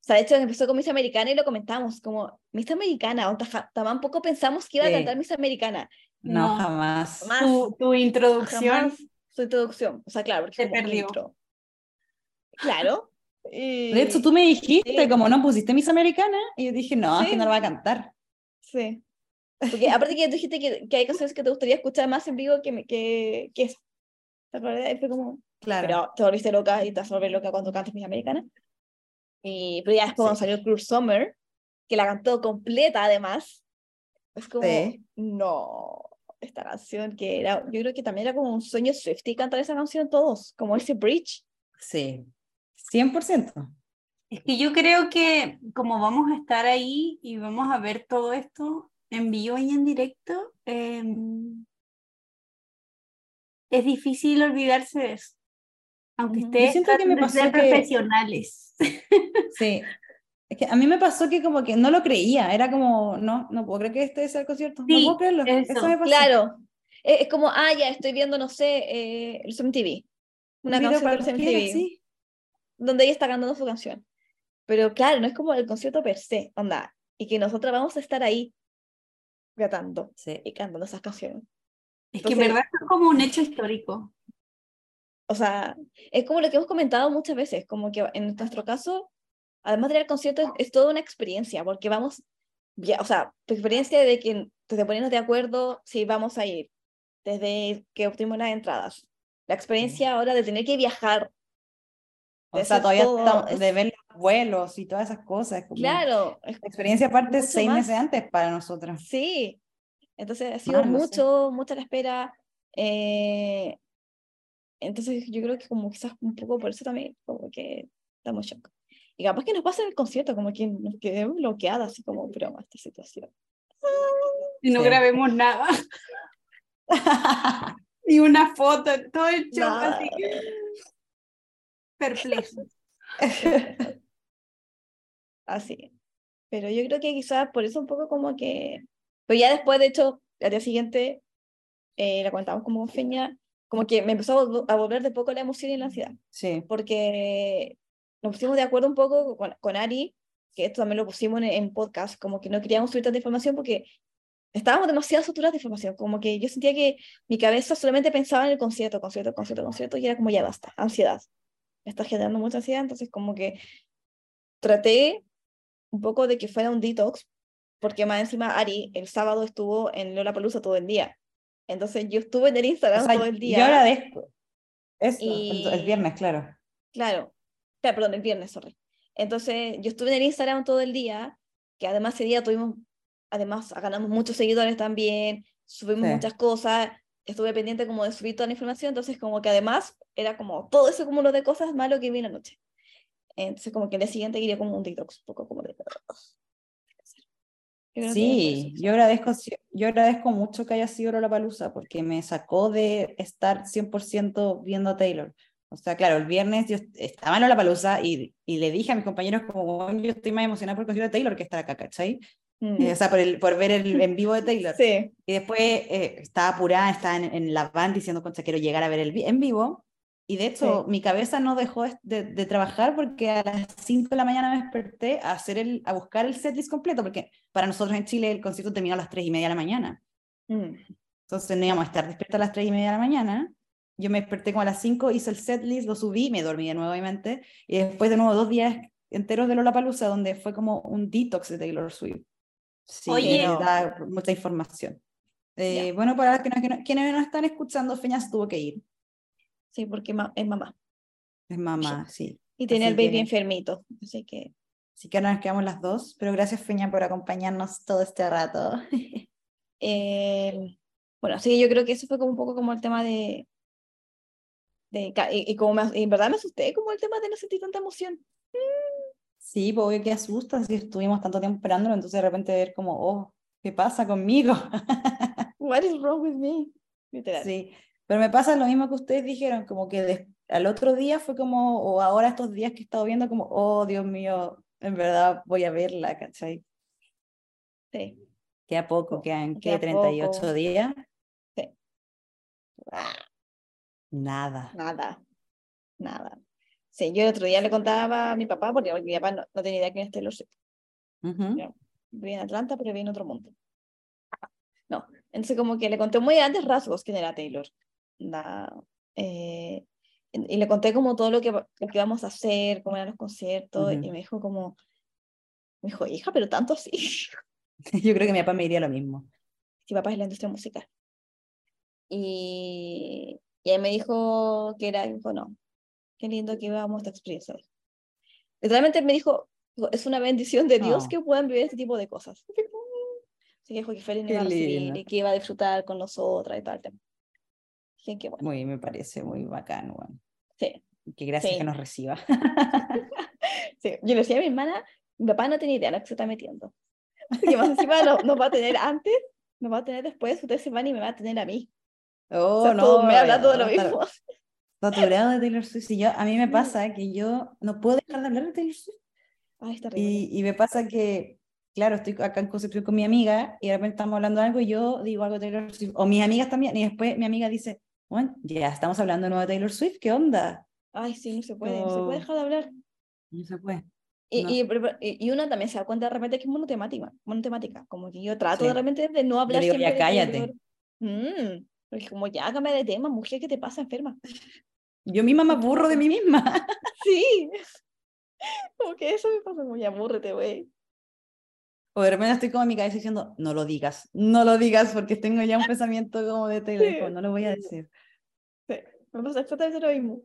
C: sea, de hecho empezó con Miss Americana y lo comentamos, como Miss Americana, o taja- tampoco pensamos que iba a
B: Sí.
C: cantar Miss Americana.
D: No.
B: No, jamás.
C: Jamás.
D: Tu, tu introducción.
C: Jamás su introducción. O sea, claro, porque
D: Se
C: es como
D: perdió.
C: intro. Claro. y-
B: De hecho, tú me dijiste,
C: Sí.
B: como no pues, pusiste Miss Americana, y yo dije, no, es
C: Sí.
B: que no la va a cantar.
C: Sí. Porque aparte que tú dijiste que, que hay canciones que te gustaría escuchar más en vivo que, me- que, que eso. ¿Te acuerdas? Y fue como,
B: Claro.
C: pero te volviste loca y te vas a volver loca cuando cantes Miss Americana. Y, pero ya después cuando salió Club Summer, que la cantó completa además, es como,
B: Sí.
C: no, esta canción que era, yo creo que también era como un sueño Swifty cantar esa canción todos, como ese bridge.
B: Sí. 100%.
D: Es que yo creo que como vamos a estar ahí y vamos a ver todo esto en vivo y en directo, eh, es difícil olvidarse de eso. Aunque
C: Ujú. Yo
D: ustedes
B: siento que
D: traten
B: me
D: de
B: pasó
D: ser
B: que-
D: profesionales.
B: Sí. Es que a mí me pasó que como que no lo creía, era como, no, no puedo creer que este sea el concierto, no
D: Sí,
B: puedo creerlo.
D: eso,
B: Eso, me pasó.
C: Claro, es, es como, ah, ya estoy viendo, no sé, eh, el TV
B: Un
C: una
B: video
C: canción de los
B: cualquiera,
C: MTV.
B: sí.
C: donde ella está cantando su canción. Pero claro, no es como el concierto per se, onda, y que nosotras vamos a estar ahí cantando
B: Sí.
C: y cantando esas canciones.
D: Es que en
C: Entonces-
D: verdad esto es como un hecho histórico.
C: O sea, es como lo que hemos comentado muchas veces, como que en nuestro caso, además de ir al concierto, es, es toda una experiencia, porque vamos, ya, o sea, tu experiencia de que desde ponernos de acuerdo si vamos a ir, desde que obtuvimos las entradas, la experiencia ahora de tener que viajar,
B: O
C: de
B: sea,
C: hacer
B: todavía
C: todo,
B: estamos-
C: es-
B: de ver los vuelos y todas esas cosas. como-
C: claro, es
B: La experiencia parte
C: Mucho
B: seis meses
C: más.
B: antes para nosotras.
C: Sí, entonces ha sido
B: Más, Ah, no sé.
C: mucho, mucha la espera. eh, entonces yo creo que como quizás un poco por eso también, como que estamos shock. Y capaz que nos pasa en el concierto, como que nos quedemos bloqueadas, así como, broma, esta situación.
D: Y no
B: Sí.
D: grabemos nada, ni una foto, todo el show
C: Nada.
D: así perplejo.
C: Así. Pero yo creo que quizás por eso un poco como que... Pero ya después, de hecho, al día siguiente, eh, la contamos como con Feña, como que me empezó a vol- a volver de poco la emoción y la ansiedad.
B: Sí,
C: porque nos pusimos de acuerdo un poco con, con Ari, que esto también lo pusimos en, en podcast, como que no queríamos subir tanta información porque estábamos demasiado saturados de información, como que yo sentía que mi cabeza solamente pensaba en el concierto, concierto, concierto, concierto, y era como ya basta, ansiedad. Me está generando mucha ansiedad, entonces como que traté un poco de que fuera un detox, porque más encima Ari el sábado estuvo en Lollapalooza todo el día. Entonces yo estuve en el Instagram
B: O sea,
C: todo el día.
B: yo agradezco. Eso,
C: Y-
B: el viernes, claro.
C: Claro, Pe- perdón, el viernes, sorry. Entonces, yo estuve en el Instagram todo el día, que además ese día tuvimos, además ganamos muchos seguidores también, subimos
B: Sí.
C: muchas cosas, estuve pendiente como de subir toda la información, entonces como que además era como todo ese cúmulo de cosas malo que vi en la noche. Entonces como que el día siguiente quería como un detox, un poco como de... Yo creo que
B: Sí,
C: fue eso.
B: yo agradezco, si- yo agradezco mucho que haya sido Lollapalooza porque me sacó de estar 100% viendo a Taylor. O sea, claro, el viernes yo est- estaba en Lollapalooza y, y le dije a mis compañeros como, "Weón, yo estoy más emocionada por el concierto de Taylor que estar acá, ¿cachai?
C: Mm.
B: Eh, o sea, por, el, por ver el en vivo de Taylor.
C: Sí,
B: Y después eh, estaba apurada, estaba en, en la van diciendo, concha, quiero llegar a ver el vi- en vivo. Y de hecho, mi cabeza no dejó es- de, de trabajar porque a las 5 de la mañana me desperté a, hacer el, a buscar el setlist completo, porque para nosotros en Chile el concierto termina a las 3 y media de la mañana.
C: Mm.
B: Entonces no íbamos a estar despierta a las 3 y media de la mañana. Yo me desperté como a las 5, hice el setlist, lo subí, me dormí de nuevo, obviamente. Y después de nuevo dos días enteros de Lollapalooza, donde fue como un detox de Taylor Swift. Sí,
D: Oye.
B: eh, da mucha información. Eh,
C: Ya.
B: Bueno, para los que no- que no- quienes no están escuchando, Feña se tuvo que ir.
C: sí, porque ma- es mamá.
B: Es mamá, sí.
C: Y tiene
B: Así
C: el baby
B: que-
C: enfermito, así que...
B: Así que ahora nos quedamos las dos. Pero gracias, Feña, por acompañarnos todo este rato.
C: Eh, bueno, así que yo creo que eso fue como un poco como el tema de... de ca- y, y como me as- y en verdad me asusté como el tema de no sentir tanta emoción.
B: Sí, porque qué asusta si estuvimos tanto tiempo esperándolo, entonces de repente ver como, oh, ¿qué pasa conmigo?
C: What is wrong with me? Literal.
B: Sí, pero me pasa lo mismo que ustedes dijeron, como que des- al otro día fue como, o ahora estos días que he estado viendo, como, oh, Dios mío, en verdad voy a verla, ¿cachai?
C: Sí.
B: Queda poco, quedan,
C: Queda
B: ¿qué? 38
C: poco.
B: días.
C: Sí.
B: Nada.
C: Nada. Nada. Sí, yo el otro día le contaba a mi papá, porque mi papá no, no tenía idea quién es Taylor Swift.
B: Ujú.
C: Ya. Vivía en Atlanta, pero vivía en otro mundo. No, entonces como que le conté muy grandes rasgos quién era Taylor. La, eh, y y le conté como todo lo que, va- lo que íbamos a hacer, cómo eran los conciertos,
B: Ujú.
C: y me dijo como, me dijo, hija, pero tanto así. Mi
B: Yo creo que mi papá me diría lo mismo.
C: papá es de la industria musical. Y, y él me dijo que era, dijo, no, qué lindo que íbamos a esta experiencia. Literalmente me dijo, dijo, es una bendición de Dios
B: Oh.
C: que puedan vivir este tipo de cosas. mm, Así que dijo que Feliz
B: Qué
C: iba a recibir
B: lindo.
C: y que iba a disfrutar con nosotras y tal. tema. Dije, qué bueno.
B: Muy, me parece muy bacán, weón.
C: Sí.
B: Que gracias
C: Sí.
B: que nos reciba.
C: Sí, Yo le decía a mi hermana, mi papá no tiene idea de lo que se está metiendo. Así que más encima no- nos va a tener antes, nos va a tener después, ustedes se van y me va a tener a mí.
B: Oh,
C: O sea, todo me
B: ya,
C: hablando de lo
B: está
C: mismo.
B: Saturado de Taylor Swift. Y yo, a mí me
C: Mm.
B: pasa que yo no puedo dejar de hablar de Taylor Swift.
C: Ay, está horrible.
B: Y, y me pasa que, claro, estoy acá en Concepción con mi amiga y de repente estamos hablando de algo y yo digo algo de Taylor Swift. O mis amigas también. Y después mi amiga dice, bueno, ya estamos hablando de nuevo de Taylor Swift, ¿qué onda?
C: Ay, sí, no se puede, no se
B: No.
C: puede dejar de hablar.
B: No se puede.
C: Y,
B: No.
C: y, pero- y- y uno también se da cuenta de repente que es monotemática, monotemática. Como que yo trato de
B: Sí.
C: repente de no hablar
B: digo,
C: siempre
B: ya
C: de
B: cállate.
C: Taylor. Mm, porque como ya cámbiame de tema, mujer, ¿qué te pasa enferma?
B: Yo misma me aburro de mí misma.
C: Sí. Como que eso me pasa como ya amúrrete, güey.
B: O de repente estoy como en mi cabeza diciendo, no lo digas, no lo digas porque tengo ya un pensamiento como de Taylor,
C: Sí.
B: como, no lo voy a decir.
C: Me pasa exactamente lo mismo.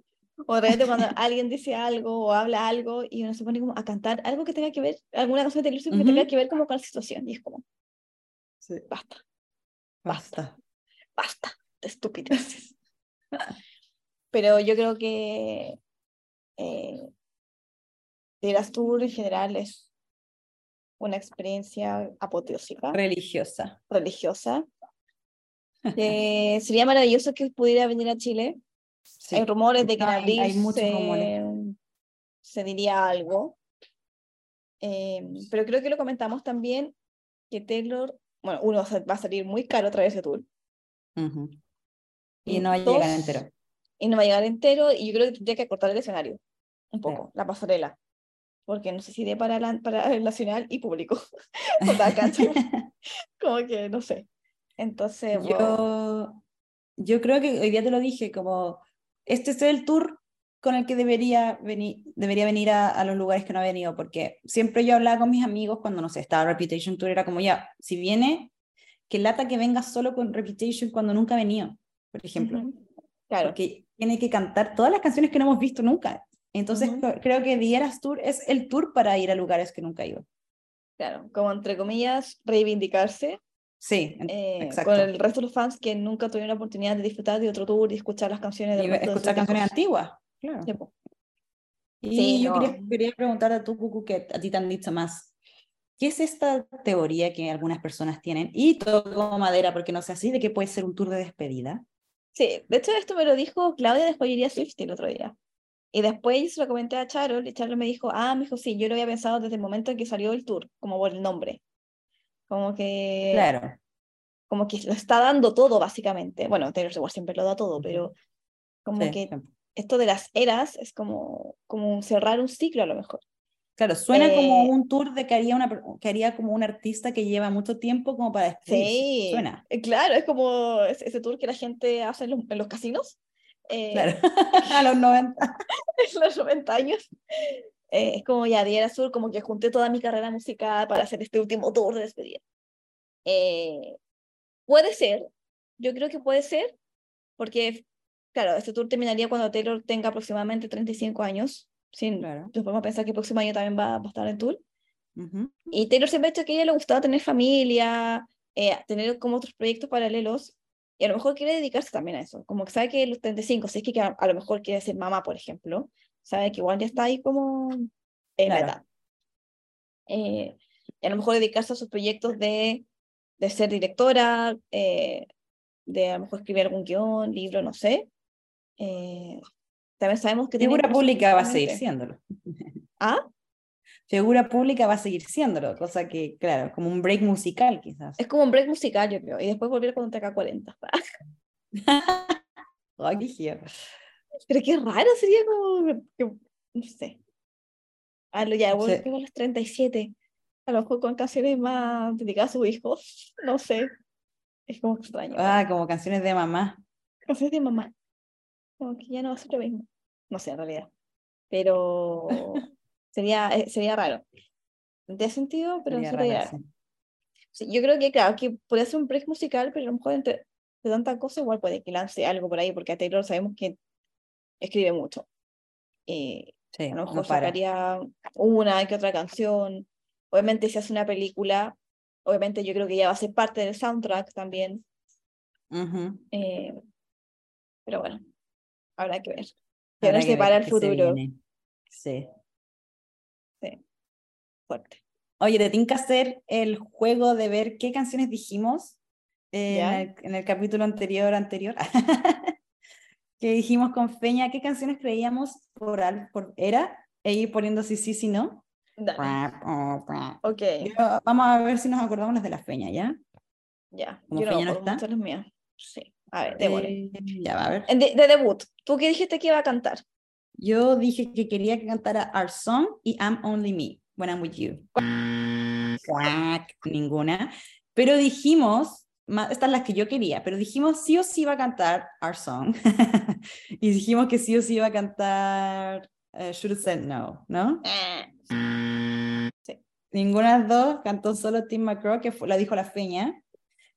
C: O de repente cuando alguien dice algo o habla algo y uno se pone como a cantar algo que tenga que ver, alguna canción de Taylor Swift que tenga
B: Ujú.
C: que ver como con la situación. Y es como,
B: Sí,
C: basta,
B: basta.
C: basta de estupideces. Pero yo creo que eh, Eras Tour en general es una experiencia apoteósica,
B: Religiosa.
C: religiosa. Eh, sería maravilloso que pudiera venir a Chile.
B: Sí.
C: Hay rumores de que en
B: No, hay-
C: abril
B: hay muchos
C: se,
B: rumores.
C: se diría algo. Eh, pero creo que lo comentamos también que Taylor, bueno, uno sa- va a salir muy caro otra vez ese tour.
B: Ujú. Y no va a
C: Dos,
B: llegar entero.
C: Y no va a llegar entero. Y yo creo que tendría que cortar el escenario un
B: Claro.
C: poco, la pasarela. Porque no sé si de para, la- para el nacional y público. O sea, ¿cachai? Como que no sé. Entonces, wow.
B: Yo, yo creo que hoy día te lo dije, como este es el tour con el que debería venir, debería venir a, a los lugares que no ha venido, porque siempre yo hablaba con mis amigos cuando, no sé, estaba Reputation Tour, era como ya, si viene, que lata que venga solo con Reputation cuando nunca ha venido, por ejemplo,
C: Ujú. Claro.
B: porque tiene que cantar todas las canciones que no hemos visto nunca. Entonces
C: Ujú.
B: cre- creo que Dieras Tour es el tour para ir a lugares que nunca he ido.
C: Claro, como entre comillas, reivindicarse
B: Sí, en-
C: eh,
B: exacto.
C: con el resto de los fans que nunca tuvieron la oportunidad de disfrutar de otro tour y escuchar las canciones del
B: Y
C: resto de sus
B: escuchar canciones
C: discos.
B: antiguas. Claro.
C: Sí, po.
B: Y
C: Sí,
B: yo quería,
C: no.
B: quería preguntarte a tú, Cucu, que a ti te han dicho más. ¿Qué es esta teoría que algunas personas tienen? Y toco madera, porque no sé así, de que puede ser un tour de despedida.
C: Sí, de hecho esto me lo dijo Claudia de Joyería Swift el otro día. Y después yo se lo comenté a Charol y Charol me dijo, ah, me dijo, sí, yo lo había pensado desde el momento en que salió el tour, como por el nombre. Como que,
B: Claro.
C: como que lo está dando todo, básicamente. Bueno, Taylor Swift siempre lo da todo,
B: Ujú.
C: pero como
B: sí.
C: que esto de las eras es como, como cerrar un ciclo a lo mejor.
B: Claro, suena como
C: eh,
B: un tour de que haría, una, per- que haría como un artista que lleva mucho tiempo como para despedirse.
C: Sí,
B: Suena.
C: eh, claro, es como es- ese tour que la gente hace en los, en los casinos eh,
B: Claro. a los 90.
C: en los 90 años. Eh, es como ya, Diera Sur, como que junté toda mi carrera musical para hacer este último tour de despedida. Eh, puede ser, yo creo que puede ser, porque, claro, este tour terminaría cuando Taylor tenga aproximadamente 35 años. Sin,
B: Claro.
C: nos podemos pensar que el próximo año también va, va a estar en tour.
B: Ujú.
C: Y Taylor siempre ha dicho que a ella le gustaba tener familia, eh, tener como otros proyectos paralelos, y a lo mejor quiere dedicarse también a eso. Como que sabe que los 35, si es que a, a lo mejor quiere ser mamá, por ejemplo, sabe que igual ya está ahí como en la
B: Claro.
C: edad. Eh, y a lo mejor dedicarse a sus proyectos de, de ser directora, eh, de a lo mejor escribir algún guión, libro, no sé. Eh, también sabemos que... tiene
B: Figura
C: cosas
B: pública va a seguir
C: pendientes.
B: siéndolo.
C: ¿Ah?
B: Figura pública va a seguir siéndolo, cosa que, claro, como un break musical quizás.
C: Es como un break musical, yo creo, y después volver cuando tenga 40.
B: Ay, qué giro.
C: Pero qué raro sería como que no sé. A lo ya, bueno,
B: Sí.
C: tengo los 37. A lo mejor con canciones más dedicadas a su hijo. No sé. Es como extraño.
B: Ah, como canciones de mamá.
C: Canciones de mamá. Como que ya no va a ser lo mismo. No sé, en realidad. Pero sería, eh, sería raro. De sentido, pero
B: Sería
C: sería, sería
B: raro,
C: raro.
B: sí.
C: Sí, yo creo que, claro, que podría ser un break musical, pero a lo mejor entre de tanta cosa igual puede que lance algo por ahí, porque a Taylor sabemos que escribe mucho. Eh,
B: Sí,
C: a lo
B: no
C: mejor
B: para.
C: sacaría una que otra canción. Obviamente si hace una película, obviamente yo creo que ya va a ser parte del soundtrack también.
B: Ujú.
C: eh, pero bueno, habrá que ver. Que
B: Habrá
C: nos
B: que ver
C: depara el
B: qué se
C: futuro
B: viene. Sí.
C: fuerte.
B: Oye, te tinca hacer el juego de ver qué canciones dijimos eh,
C: Ya.
B: en, el, en el capítulo anterior, anterior, que dijimos con Feña, qué canciones creíamos por, al- por era, e ir poniendo sí, sí, sí, no.
C: Dale. Ok,
B: Yo- vamos a ver si nos acordamos las de la Feña, ¿ya?
C: ya.
B: Como
C: Yo no,
B: Peña no
C: por
B: está.
C: mucho los míos. Sí. A ver, démosle.
B: Eh, ya va a ver.
C: Eh, De, de debut, ¿tú qué dijiste que iba a cantar?
B: Yo dije que quería que cantara Our Song y I'm Only Me, When I'm With You. Cuac, Ninguna. Pero dijimos, ma- estas las que yo quería, pero dijimos sí o sí iba a cantar Our Song. y dijimos que sí o sí iba a cantar eh, Should Have Said No, ¿no?
C: Eh,
B: Ninguna de las dos cantó solo Tim McGraw, que fu- la dijo la Feña.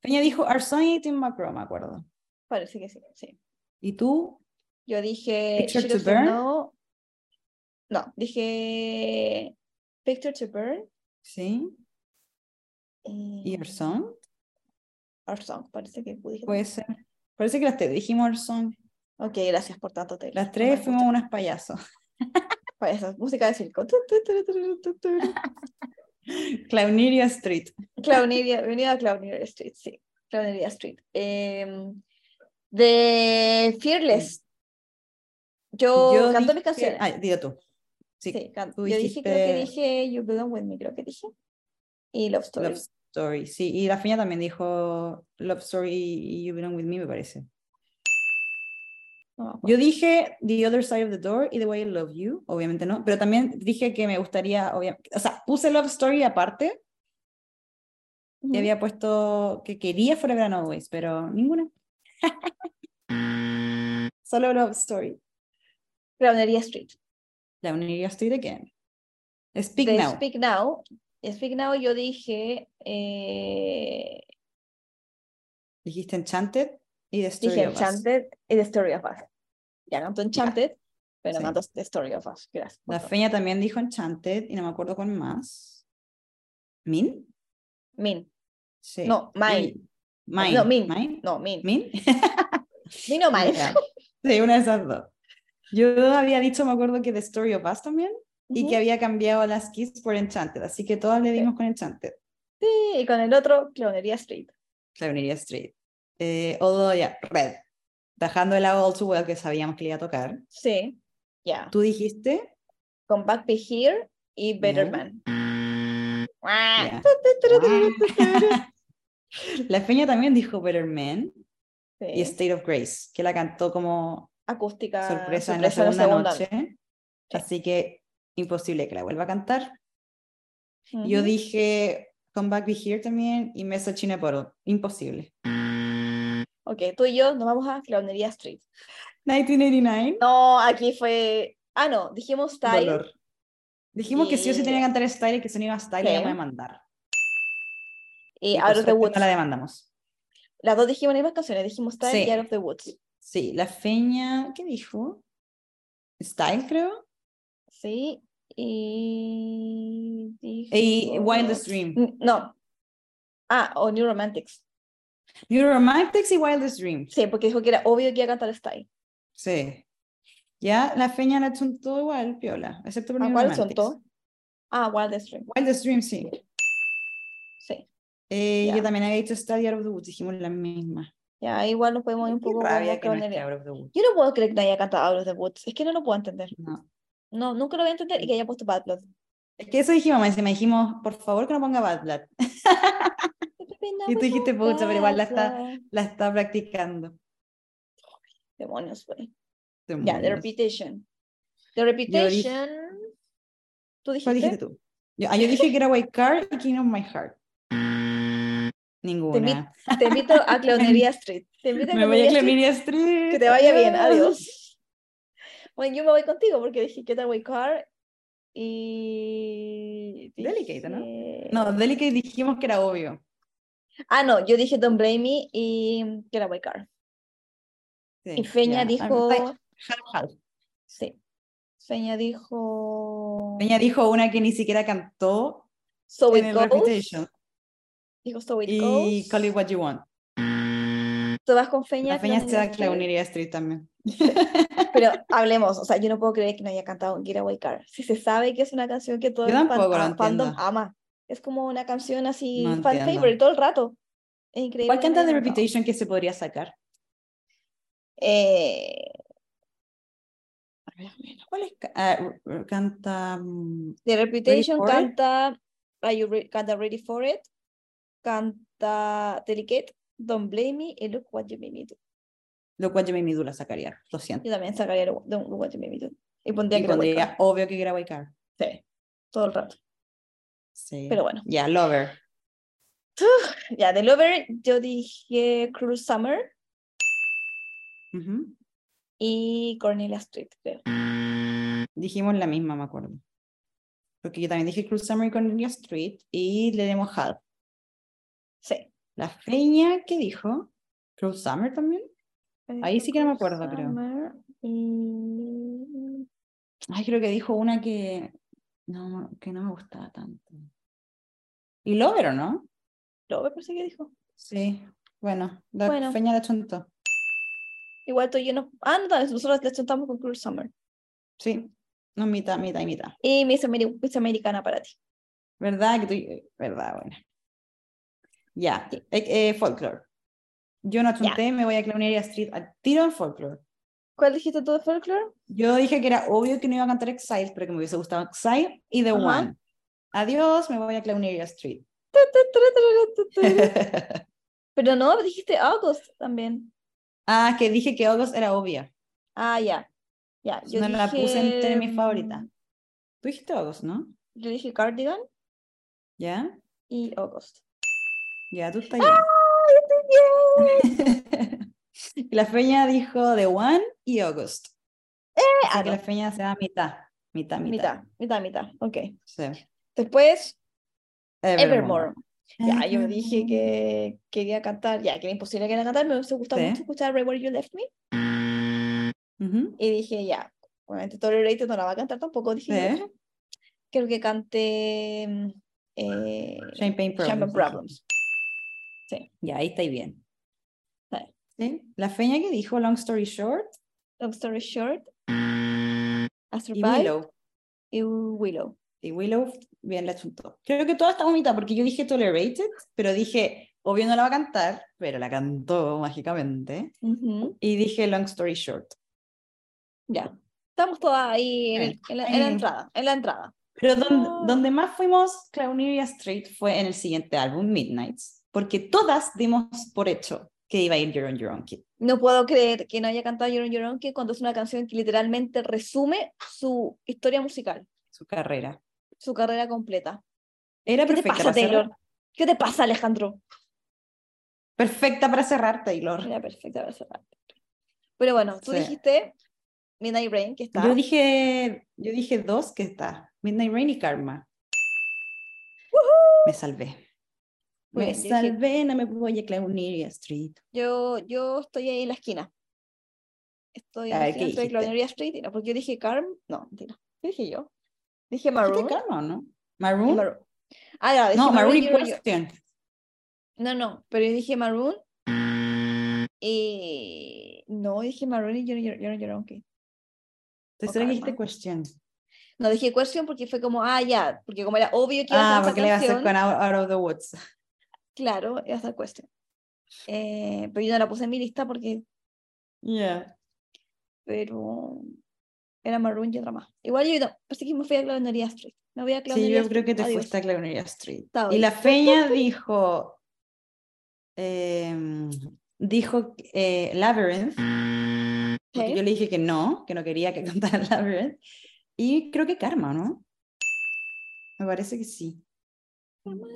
B: Feña dijo Our Song y Tim McGraw, me acuerdo.
C: parece que sí, sí.
B: ¿Y tú?
C: Yo dije...
B: Picture
C: She
B: to
C: Doesn't
B: Burn.
C: Know. No, dije... Picture to Burn.
B: ¿Sí? ¿Y
C: eh,
B: Our Song?
C: Our Song, parece que dije.
B: Puede ser. Parece que las tres dijimos Our Song.
C: Ok, gracias por tanto, Taylor.
B: Las
C: No
B: tres
C: me
B: fuimos
C: gusta.
B: unas payasos.
C: Para esa música de circo. Tu, tu, tu, tu, tu, tu, tu.
B: Clauneria Street.
C: Clowneria, venida a Clowneria Street, sí. Clowneria Street. Em, de Fearless. Yo, canto Oh,
B: dije-
C: mis canciones.
B: Ah, digo tú. Sí,
C: Sí, can-
B: tú
C: yo dije, creo que
B: dijiste-
C: dije You Belong With Me, creo que dije. Y Love Story.
B: Love Story. Sí, y la Feña también dijo Love Story y You Belong With Me, me parece.
C: No me acuerdo.
B: Yo dije The Other Side of the Door y The Way I Love You, obviamente no, pero también dije que me gustaría, obvia- o sea, puse Love Story aparte y
C: Ujú.
B: había puesto que quería Forever and Always, pero ninguna. Solo Love Story.
C: Clowneria Street.
B: Clauneria Street again. Speak
C: de
B: Now.
C: Speak Now. de Speak Now yo dije, eh,
B: Dijiste Enchanted y The Story
C: dije
B: of Us.
C: Enchanted y The Story of Us. Ya canto Enchanted, pero
B: Sí.
C: canto The Story of Us. Gracias. por
B: La
C: todo.
B: Feña también dijo Enchanted y no me acuerdo con más. ¿Min?
C: Min.
B: Sí.
C: No, Mine.
B: Y- Mine.
C: No, Min.
B: Mine.
C: No, Min.
B: ¿Min?
C: Min o Mine.
B: Ya. Sí, una de esas dos. Yo había dicho, me acuerdo que The Story of Us también y que
C: Ujú.
B: había cambiado las Kiss por Enchanted, así que todas le dimos con Enchanted.
C: Sí, y con el otro, Clowneria Street.
B: Clavenería Street. Eh, Odo, ya, Red. Dejando el lado All Too Well que sabíamos que le iba a tocar.
C: Sí, ya.
B: Tú dijiste.
C: Con Back Be Here y Better
B: Ya.
C: Man. Ah.
B: Ya. La Feña también dijo Better Man
C: Sí.
B: y State of Grace, que la cantó como
C: acústica
B: sorpresa en la segunda, noche. Así que imposible que la vuelva a cantar.
C: Ujú.
B: Yo dije Come Back Be Here también y Message in a Bottle. Imposible.
C: Ok, tú y yo nos vamos a Clownería Street.
B: 1989.
C: No, aquí fue. Ah, no, dijimos Style.
B: Dolor. Dijimos que sí o sí
C: Y-
B: tenía que cantar Style y que si no iba a Style
C: Sí.
B: la íbamos a demandar.
C: Y
B: por
C: Out of the
B: suerte
C: Woods.
B: No pues, la demandamos.
C: Las dos dijimos las mismas canciones, dijimos Style
B: Sí.
C: y Out of the Woods.
B: Sí, la feña, ¿qué dijo? Style, creo.
C: Sí. Y.
B: Y
C: dijimos-
B: Wildest Dream.
C: N- No. Ah, o New Romantics.
B: New Romantics y Wildest Dream.
C: Sí, porque dijo que era obvio que iba a cantar Style.
B: Sí. Ya la feña la chuntó igual, piola, excepto por
C: ¿A
B: New
C: cuál
B: Romantics.
C: soltó? Ah, Wildest Dream.
B: Wildest Dream, sí.
C: Sí.
B: Eh,
C: Ya.
B: Yo también había dicho Study Out of the Woods, dijimos la misma.
C: Ya, igual nos podemos ir un
B: Qué
C: poco como
B: rabia que no
C: Clownería.
B: esté Out of the Woods.
C: Yo no puedo creer que no haya cantado Out of the Woods. Es que no lo puedo entender.
B: No.
C: No, nunca lo voy a entender y que haya puesto Bad Blood.
B: Es que eso dijimos, encima dijimos, por favor que no ponga Bad Blood.
C: pues,
B: Y tú dijiste, pucha, pero igual la está- La está practicando.
C: Demonios, güey. Ya, The
B: Demonios.
C: Reputation. The
B: Mm, dije-
C: Reputation. ¿Tú dijiste?
B: ¿Cuál dijiste tú? Yo, ah, yo dije que era White Car y King of My Heart.
C: Te, invi-
B: Ninguna.
C: te invito a Cleonería Street. Te invito a
B: Me voy a
C: Cleonería Street.
B: Clemeria Street.
C: Que te vaya bien, adiós. Bueno, yo me voy contigo porque dije Get Away Car y.
B: Delicate, ¿no?
C: dije-
B: No, Delicate dijimos que era obvio.
C: Ah, no, yo dije Don't Blame Me y Get Away Car.
B: Sí,
C: Y Feña
B: ya.
C: dijo.
B: Half, half.
C: Sí. Feña dijo.
B: Peña dijo una que ni siquiera cantó
C: So
B: en
C: It
B: el
C: Goes.
B: Reputation.
C: Dijo So It
B: Y
C: Goes.
B: Call It What You Want.
C: Tú vas con Feña.
B: La Peña se da
C: Cleonería
B: la uniría
C: Street.
B: Street también.
C: Pero hablemos, o sea, yo no puedo creer que no haya cantado Get Away Car. Si se sabe que es una canción que todo
B: Yo
C: el fan-
B: tampoco lo
C: ah, fandom
B: entiendo.
C: ama. Es como una canción así,
B: No
C: fan
B: entiendo.
C: favorite todo el rato. Es increíble.
B: ¿Cuál
C: que no
B: canta
C: haya
B: de
C: cantado.
B: Reputation que se podría sacar?
C: Eh,
B: A ver, bueno, ¿Cuál es? ca- ah, r- r- canta. mm,
C: The Reputation
B: for It?
C: canta Are You Re- canta Ready for It, canta Delicate, Don't Blame Me y Look What You Made Me Do.
B: Lo cual yo me la sacaría. Lo siento.
C: Yo también sacaría Look Don't- Look What You Made Me Do. Y pondría
B: Y
C: Get Away
B: pondría obvio que era Car.
C: Car. Sí, todo el rato.
B: Sí.
C: Pero bueno.
B: Ya, Lover.
C: Ya, de Lover yo dije Cruel Summer
B: Ujú.
C: y Cornelia Street, creo.
B: Dijimos la misma, me acuerdo. Porque yo también dije Cruz Summer con Cornelia Street y le dimos Half.
C: Sí.
B: La feña que dijo. Cruz Summer también. Ahí sí que no me acuerdo, creo.
C: creo. Y...
B: Ay, creo que dijo una que no, que no me gustaba tanto. ¿Y Lover o no?
C: Lover parece que dijo.
B: Sí. Bueno, la
C: Bueno.
B: feña la chuntó.
C: Igual tú y yo no... Ah, no, nosotros le sentamos con Cruel Summer.
B: Sí. No, mitad, mitad y mitad.
C: Y Miss, Ameri- Miss Americana para ti.
B: ¿Verdad? Que tú- ¿Verdad? Bueno. Ya.
C: Sí.
B: Eh, eh, folklore. Yo no achunté, me voy a Cloneria Street al tiro en folklore.
C: ¿Cuál dijiste tú de folklore?
B: Yo dije que era obvio que no iba a cantar Exile, pero que me hubiese gustado Exile y The
C: Ajá.
B: One. Adiós, me voy a Cloneria Street.
C: Pero no, dijiste August también.
B: ah, que dije que August era obvia.
C: Ah, ya. Ya, yo
B: no la puse entre mis
C: dije,
B: favoritas.
C: mm,
B: Tú dijiste August, ¿no?
C: Yo dije Cardigan
B: ¿Ya?
C: y August.
B: Ya, tú estás
C: ¡Ay, estoy bien!
B: bien. Y la feña dijo The One y August. Así
C: ah,
B: que
C: no.
B: la feña se da mitad. Mitad, mitad.
C: Mitad, mitad, mitad. Ok.
B: Sí.
C: Después,
B: Evermore. Ah.
C: Evermore. Ya, yo dije que quería cantar, ya, que era imposible que la cantara, me hubiese gustado
B: Sí.
C: mucho escuchar Right Where You Left Me.
B: Ujú.
C: Y dije, ya, obviamente Tolerated no la va a cantar tampoco, dije yo.
B: Sí.
C: Creo que cante mm, eh,
B: Champagne Problems. dije.
C: Champagne Problems.
B: Ya, ahí estáis bien.
C: Sí.
B: Sí. La feña que dijo Long Story Short
C: Long Story Short, A
B: y
C: Survive
B: Willow.
C: y Willow.
B: Y Willow, bien la chuntó. Creo que toda esta mitad, porque yo dije Tolerated, pero dije, obvio no la va a cantar, pero la cantó mágicamente.
C: Ujú,
B: Y dije Long Story Short.
C: Ya. Estamos todas ahí en,
B: Sí,
C: el- en la, en la
B: ahí.
C: entrada, en la entrada.
B: Pero donde,
C: Ah.
B: donde más fuimos Clowneria Street fue en el siguiente álbum, Midnights, porque todas dimos por hecho que iba a ir Your Own Your Own Kid.
C: No puedo creer que no haya cantado Your Own Your Own, que cuando es una canción que literalmente resume su historia musical,
B: Su carrera.
C: su carrera completa.
B: Era
C: ¿Qué te
B: perfecta
C: pasa,
B: para cerrar.
C: Taylor? ¿Qué te pasa, Alejandro?
B: Perfecta para cerrar, Taylor.
C: Era perfecta para cerrar. Pero bueno, tú
B: Sí.
C: dijiste Midnight Rain, que está.
B: Yo dije, yo dije dos que está, Midnight Rain y Karma. Me salvé.
C: Muy
B: Me
C: bien, yo dije-
B: salvé, no me voy a Clowneria Street.
C: Yo, yo estoy ahí en la esquina. Estoy en
B: A
C: la
B: ver, Ah, ¿qué
C: esquina entre
B: dijiste?
C: Clonería Street y no, porque yo dije Carm. No, mentira. ¿Qué dije yo? Dije
B: ¿Dijiste
C: Maroon. y
B: Karma o no? ¿Maroon?
C: Maroon. Ah, no, dije
B: No, Maroon
C: y
B: y
C: Maroon.
B: Question.
C: No, no, pero yo dije Maroon. Y. No, dije Maroon y yo no lloró.
B: ¿Te será que dijiste
C: Karma.
B: Question?
C: No, dije Question porque fue como, ah, ya, porque como era obvio que iba a
B: Ah,
C: ser
B: porque
C: esa
B: le iba a hacer
C: canción,
B: con Out, Out of the Woods.
C: claro, iba a ser Question. Eh, pero yo no la puse en mi lista porque.
B: Yeah.
C: Pero. Era Maroon y otra más. Igual yo no, pensé que me fui a Clonería Street. Me voy a
B: Sí,
C: Clonería
B: yo creo que te
C: adiós.
B: fuiste a Clowneria Street.
C: Estaba
B: Y la
C: ahí.
B: feña dijo, em, dijo eh, Labyrinth porque
C: Ok.
B: yo le dije que no, que no quería que cantara Labyrinth. Y creo que Karma, ¿no? Me parece que sí.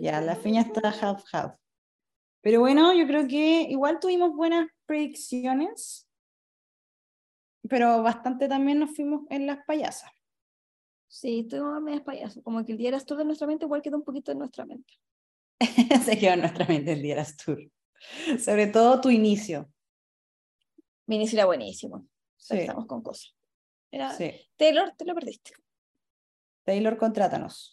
B: Ya, la feña está half half. Pero bueno, yo creo que igual tuvimos buenas predicciones, pero bastante también nos fuimos en las payasas.
C: Sí, tuvimos medias payaso. Como que el día era todo de nuestra mente, igual quedó un poquito en nuestra mente.
B: Se quedó en nuestra mente el día de las tour. Sobre todo tu inicio.
C: Mi inicio era buenísimo.
B: Sí,
C: Estamos con cosas. Era,
B: sí.
C: Taylor, te lo perdiste.
B: Taylor, contrátanos.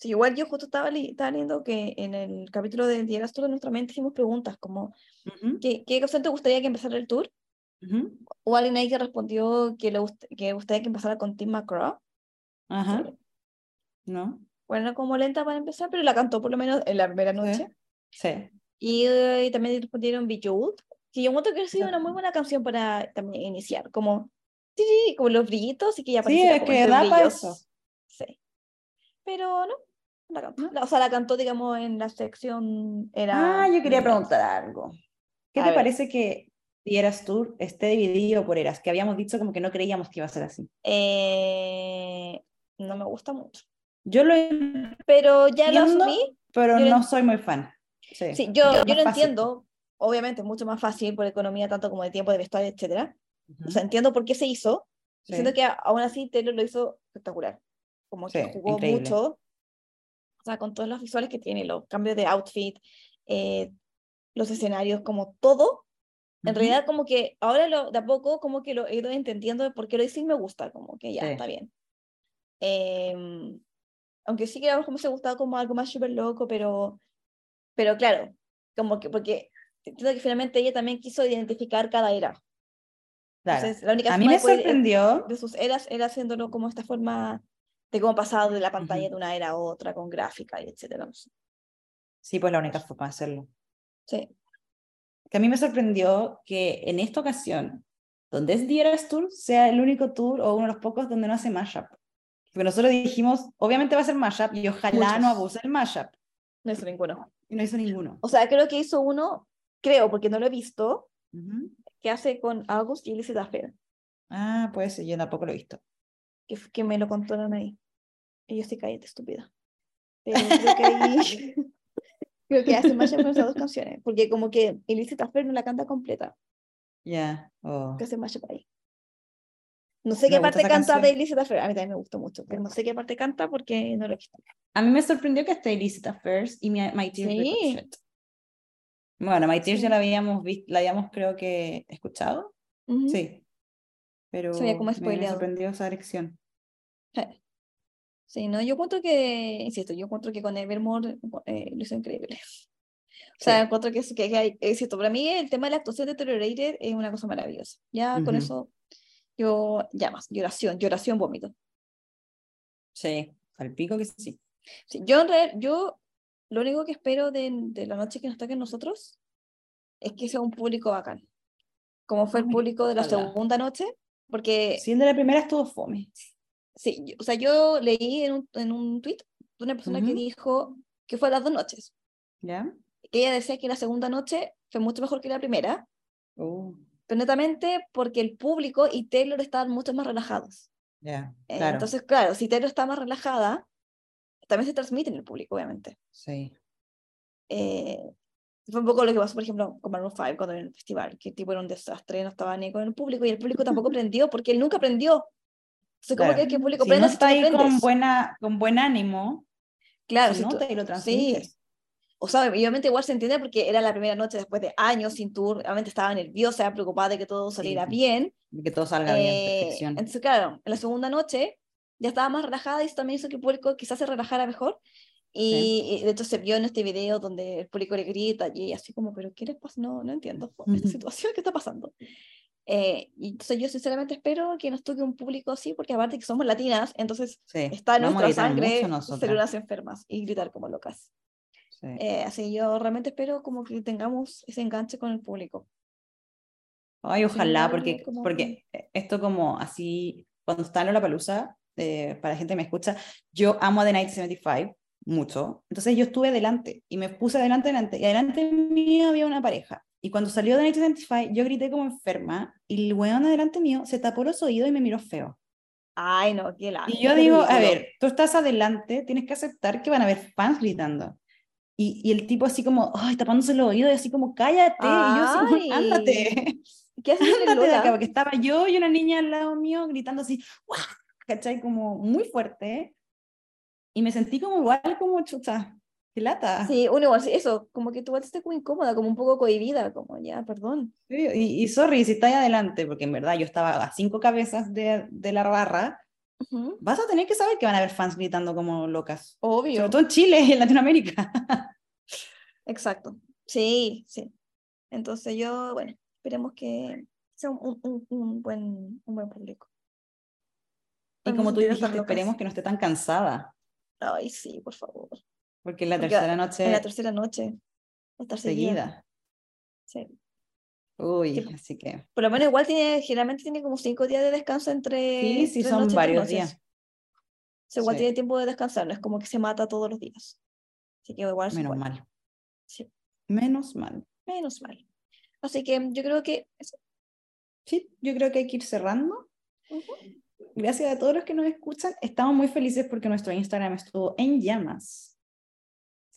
C: Sí, igual yo justo estaba, li- estaba leyendo que en el capítulo del día era todo de nuestra mente hicimos preguntas como
B: Ujú,
C: ¿qué, qué canción te gustaría que empezara el tour?
B: ujú.
C: O alguien ahí que respondió que le gust- que gustaría que empezara con Tim McGraw.
B: Ajá. ¿No?
C: Bueno, era como lenta para empezar, pero la cantó por lo menos en la primera noche.
B: Sí.
C: Y, eh, y también respondieron Bejeweled, que yo encuentro que ha sido
B: Ya.
C: una muy buena canción para también iniciar, como, sí, sí, como los brillitos y que ya
B: Sí,
C: pareciera
B: es
C: como
B: que
C: este
B: da pa'
C: brillo,
B: eso.
C: Sí. Pero no, la cantó. La- o sea, la cantó, digamos, en la sección era...
B: Ah, yo quería
C: de-
B: preguntar algo. ¿Qué
C: Mm. A
B: te
C: ver.
B: parece que si Eras Tour esté dividido por Eras? Que habíamos dicho como que no creíamos que iba a ser así.
C: Eh, no me gusta mucho.
B: Yo lo
C: Pero ya lo
B: Entiendo.
C: asumí.
B: pero
C: yo lo
B: no
C: en-
B: soy muy fan. Sí.
C: Sí, yo,
B: más
C: yo lo
B: fácil.
C: entiendo. Obviamente, es mucho más fácil por economía, tanto como de tiempo de vestuario, etcétera.
B: Ujú,
C: O sea, entiendo por qué se hizo,
B: sí.
C: Siento que a- aún así Taylor lo hizo espectacular. Como que
B: Sí,
C: jugó
B: increíble.
C: mucho. O sea, con todos los visuales que tiene, los cambios de outfit, eh, los escenarios, como todo. En
B: Ujú,
C: realidad, como que ahora lo, de a poco, como que lo he ido entendiendo de por qué lo hice y me gusta, como que ya,
B: Sí.
C: está bien. Em, aunque sí que a mí se gustaba como algo más súper loco, pero, pero claro, como que, porque entiendo que finalmente ella también quiso identificar cada era.
B: claro.
C: Entonces, la única
B: a mí
C: forma de
B: me
C: poder-
B: sorprendió.
C: de sus eras era haciéndolo como esta forma de cómo pasado de la pantalla de una era a otra con gráfica y etcétera. no sé.
B: Sí, pues la única forma de hacerlo.
C: Sí,
B: que a mí me sorprendió que en esta ocasión, donde es The Eras Tour, sea el único tour o uno de los pocos donde no hace mashup. Porque nosotros dijimos, obviamente va a ser mashup y ojalá no
C: Muchos.
B: abuse el mashup.
C: no hizo ninguno.
B: Y no hizo ninguno.
C: O sea, creo que hizo uno, creo, porque no lo he visto,
B: Ujú.
C: que hace con August y Elise Daffer,
B: Ah, pues yo tampoco lo he visto.
C: que, f- que me lo contaron ahí. Y yo sí, cállate, estúpida. Pero creo que ahí... creo que hace más con esas dos canciones, porque como que Elise Daffer no la canta completa,
B: Ya. oh.
C: que hace más ahí. No sé qué
B: Me gusta
C: parte
B: esa
C: canta de
B: canción.
C: Elise Daffer, a mí también me gustó mucho, pero no sé qué parte canta porque no lo he visto.
B: A mí me sorprendió que esté Illicit First y My, My Tears
C: Sí.
B: Ricochet. Bueno, My Tears ya
C: Sí.
B: la habíamos visto, la habíamos creo que escuchado.
C: Ujú.
B: Sí. Pero
C: Se había como
B: me- me,
C: spoileado.
B: sorprendió esa elección.
C: Sí, no, yo encuentro que, insisto, yo encuentro que con Evermore eh, lo hizo increíble. O sea, encuentro que, es- que, que hay, insisto, para mí el tema de la actuación de Taylor Rader es una cosa maravillosa. Ya con
B: Ujú.
C: eso, yo, ya más, lloración, lloración, vómito.
B: Sí. Al pico que sí.
C: Sí, yo, en real- yo lo único que espero de, de la noche que nos toque a nosotros es que sea un público bacán, como fue el
B: Ay,
C: público de la
B: ojalá.
C: segunda noche, porque
B: Sí, el de Eh, la primera estuvo fome.
C: Sí, yo- o sea, yo leí en un, en un tweet de una persona que
B: Ujú.
C: dijo que fue a las dos noches,
B: ¿Ya?
C: que ella decía que la segunda noche fue mucho mejor que la primera,
B: Uh,
C: pero netamente porque el público y Taylor estaban mucho más relajados.
B: ya,
C: Eh,
B: claro.
C: Entonces, claro, si Taylor está más relajada, también se transmite en el público, obviamente.
B: sí.
C: Eh, fue un poco lo que pasó, por ejemplo, con Maroon 5 cuando en el festival, que tipo era un desastre, no estaba ni con el público y el público tampoco aprendió porque él nunca aprendió. Entonces, ¿cómo
B: Claro.
C: quieres que el público
B: Si no
C: aprenda tú
B: está ahí con,
C: aprendes?
B: buena, con buen ánimo,
C: Claro,
B: si no
C: tú-
B: te lo
C: sí.
B: transmites.
C: O sea, obviamente igual se entiende porque era la primera noche después de años sin tour, obviamente estaba nerviosa, preocupada de que todo saliera
B: Sí.
C: bien.
B: Que todo salga
C: Eh,
B: bien, perfección.
C: entonces, claro, en la segunda noche ya estaba más relajada y eso también hizo que el público quizás se relajara mejor. Y, y de hecho se vio en este video donde el público le grita y ella así como, pero ¿qué les pasa? No, no entiendo esta
B: Ujú.
C: situación que está pasando. Eh, y entonces yo sinceramente espero que nos toque un público así, porque aparte que somos latinas, entonces
B: Sí.
C: está en
B: Vamos a gritar
C: nuestra sangre
B: mucho nosotras.
C: células enfermas y gritar como locas.
B: Sí.
C: Eh, así yo realmente espero como que tengamos ese enganche con el público.
B: Ay,
C: sin
B: ojalá,
C: embargo,
B: porque,
C: como
B: porque e, esto como así, cuando está en la palusa, eh, para la gente que me escucha, yo amo a The Night 75 mucho. Entonces yo estuve delante y me puse delante, delante, y delante mío había una pareja. Y cuando salió The Night to Identify, yo grité como enferma y el weón adelante mío se tapó los oídos y me miró feo.
C: Ay, no, qué la.
B: Y yo digo, a ver, tú estás adelante, tienes que aceptar que van a haber fans gritando. Y, y el tipo así como, ay, tapándose los oídos y así como, cállate. Y yo así como,
C: Ay.
B: ándate.
C: ¿Qué haces en el
B: Ándate de acá,
C: Lola?
B: porque estaba yo y una niña al lado mío gritando así, ¡guau! ¿cachai? Como muy fuerte. Y me sentí como igual, como chuta, qué lata.
C: Sí, uno igual, sí, eso, como que tú igual estás como incómoda, como un poco cohibida, como ya, perdón.
B: Sí, Y, y sorry, si estáis adelante, porque en verdad yo estaba a cinco cabezas de, de la barra,
C: Ujú,
B: vas a tener que saber que van a haber fans gritando como locas. Sobre
C: Obvio.
B: todo en Chile y en Latinoamérica.
C: Exacto. Sí, sí. Entonces yo, bueno, esperemos que sea un, un- un- un buen, un buen público.
B: Y
C: Vamos
B: como
C: a
B: tú
C: sentir
B: dijiste,
C: esas locas.
B: esperemos que no esté tan cansada,
C: Ay, sí, por favor.
B: porque en la
C: Porque
B: tercera
C: En
B: noche
C: la tercera noche. va a Estar seguida.
B: seguida.
C: Sí.
B: Uy,
C: Sí.
B: así que.
C: Por lo menos igual tiene, generalmente tiene como cinco días de descanso entre.
B: Sí, sí,
C: tres
B: son
C: noches, tres
B: varios
C: noches.
B: días.
C: O sea, igual
B: Sí.
C: tiene tiempo de descansar, no es como que se mata todos los días. Así que igual es
B: Menos
C: bueno,
B: mal.
C: Sí.
B: Menos mal.
C: menos mal. Así que mm, yo creo que eso.
B: Sí, yo creo que hay que ir cerrando.
C: Ujú.
B: Gracias a todos los que nos escuchan. Estamos muy felices porque nuestro Instagram estuvo en llamas.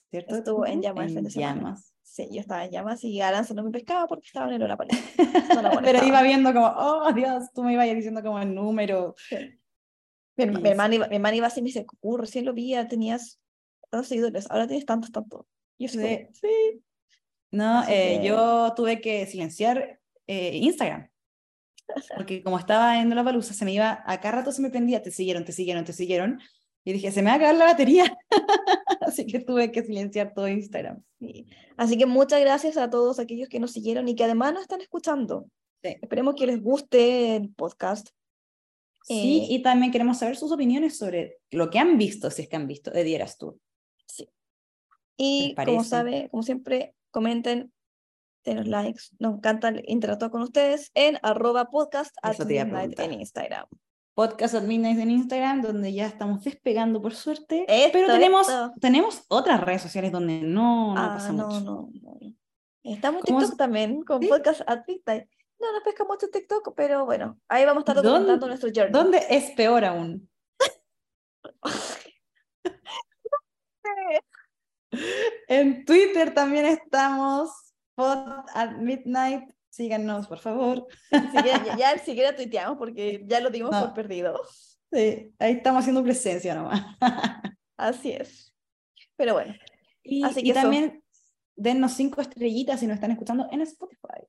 B: ¿Cierto?
C: Estuvo en llamas este el fin
B: En
C: de semana.
B: llamas.
C: Sí, yo estaba en llamas y Aranza no me pescaba porque estaba en el hora
B: Pero iba viendo como, oh Dios, tú me ibas diciendo como el número.
C: Mi, herma- mi
B: Sí,
C: hermana iba, mi hermana iba así y me dice, "Cucú, recién lo vi, ya tenías dos seguidores, ahora tienes tantos, tantos. Y yo así como,
B: Sí. No,
C: Así
B: eh,
C: que-
B: yo tuve que silenciar eh, Instagram. Porque como estaba en la palusa, se me iba, a cada rato se me prendía, te siguieron, te siguieron, te siguieron. Y dije, se me va a acabar la batería. Así que tuve que silenciar todo Instagram.
C: Sí. Así que muchas gracias a todos aquellos que nos siguieron y que además nos están escuchando.
B: Sí.
C: Esperemos que les guste el podcast.
B: Sí,
C: Eh,
B: y también queremos saber sus opiniones sobre lo que han visto, si es que han visto, de Dieras tú.
C: Y como
B: parece?
C: sabe, como siempre, comenten, denos likes. Nos encanta interactuar con ustedes en arroba podcast at
B: Eso te iba a
C: midnight en
B: preguntar.
C: Instagram.
B: Podcast at Midnight en Instagram, donde ya estamos despegando por suerte. pero
C: Esto,
B: tenemos,
C: esto.
B: tenemos otras redes sociales donde no, no
C: ah,
B: pasa
C: no,
B: mucho.
C: no, no. Estamos en
B: ¿Cómo
C: TikTok
B: se-
C: también, con
B: Sí.
C: podcast at midnight. No nos pesca mucho TikTok, pero bueno, ahí vamos a estar documentando
B: ¿Dónde-
C: nuestro journey.
B: ¿Dónde es peor aún? En Twitter también estamos. Pod at Midnight. Síganos, por favor.
C: Ni siquiera- ya, ya ni siquiera tuiteamos porque ya lo dimos
B: No.
C: por perdido.
B: Sí, ahí estamos haciendo presencia nomás.
C: Así es. Pero bueno,
B: Y,
C: Así
B: y
C: que eso.
B: también dennos cinco estrellitas si nos están escuchando en Spotify.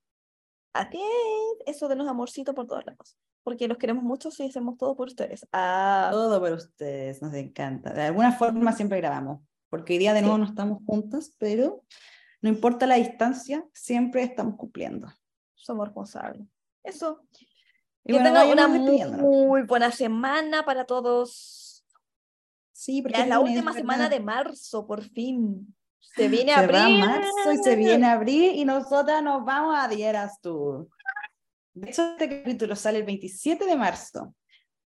C: así es. Eso de los amorcitos por todos lados. Porque los queremos mucho si hacemos todo por ustedes. Ah,
B: Todo por ustedes, nos encanta. De alguna forma siempre grabamos, porque hoy día de
C: Sí.
B: nuevo no estamos juntas, pero no importa la distancia, siempre estamos cumpliendo.
C: somos responsables. Eso.
B: Y
C: que
B: bueno,
C: tengan una
B: vayamos
C: muy,
B: despidiéndonos.
C: buena semana para todos.
B: Sí, porque
C: Ya es la
B: lunes,
C: última semana
B: ¿verdad?
C: de marzo, por fin. Se viene
B: Ah, Se va
C: abril.
B: marzo y se viene abril y nosotras nos vamos a Dieras tú. De hecho, este capítulo sale el 27 de marzo,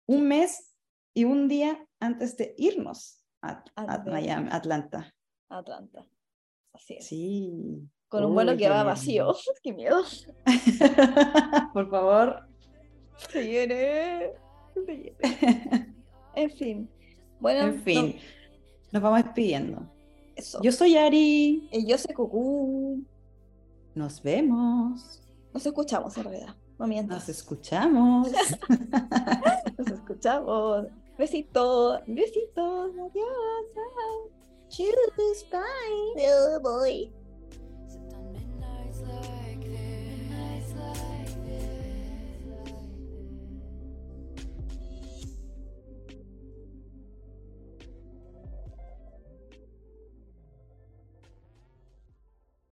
B: un mes y un día antes de irnos a, a
C: Antes de
B: Miami, Atlanta.
C: Atlanta. Así es.
B: Sí.
C: Con un vuelo
B: Uy,
C: que
B: qué
C: va
B: miedo.
C: vacío. Qué miedo.
B: Por favor.
C: Se viene. Se viene. En fin. Bueno,
B: En
C: no-
B: fin, nos vamos despidiendo.
C: eso.
B: Yo soy Ari.
C: Y yo soy Cucú.
B: Nos vemos.
C: Nos escuchamos en realidad. No mientas.
B: Nos escuchamos.
C: Nos escuchamos. Besitos. Besitos. Adiós. Bye. Cheers. Bye. Oh, boy.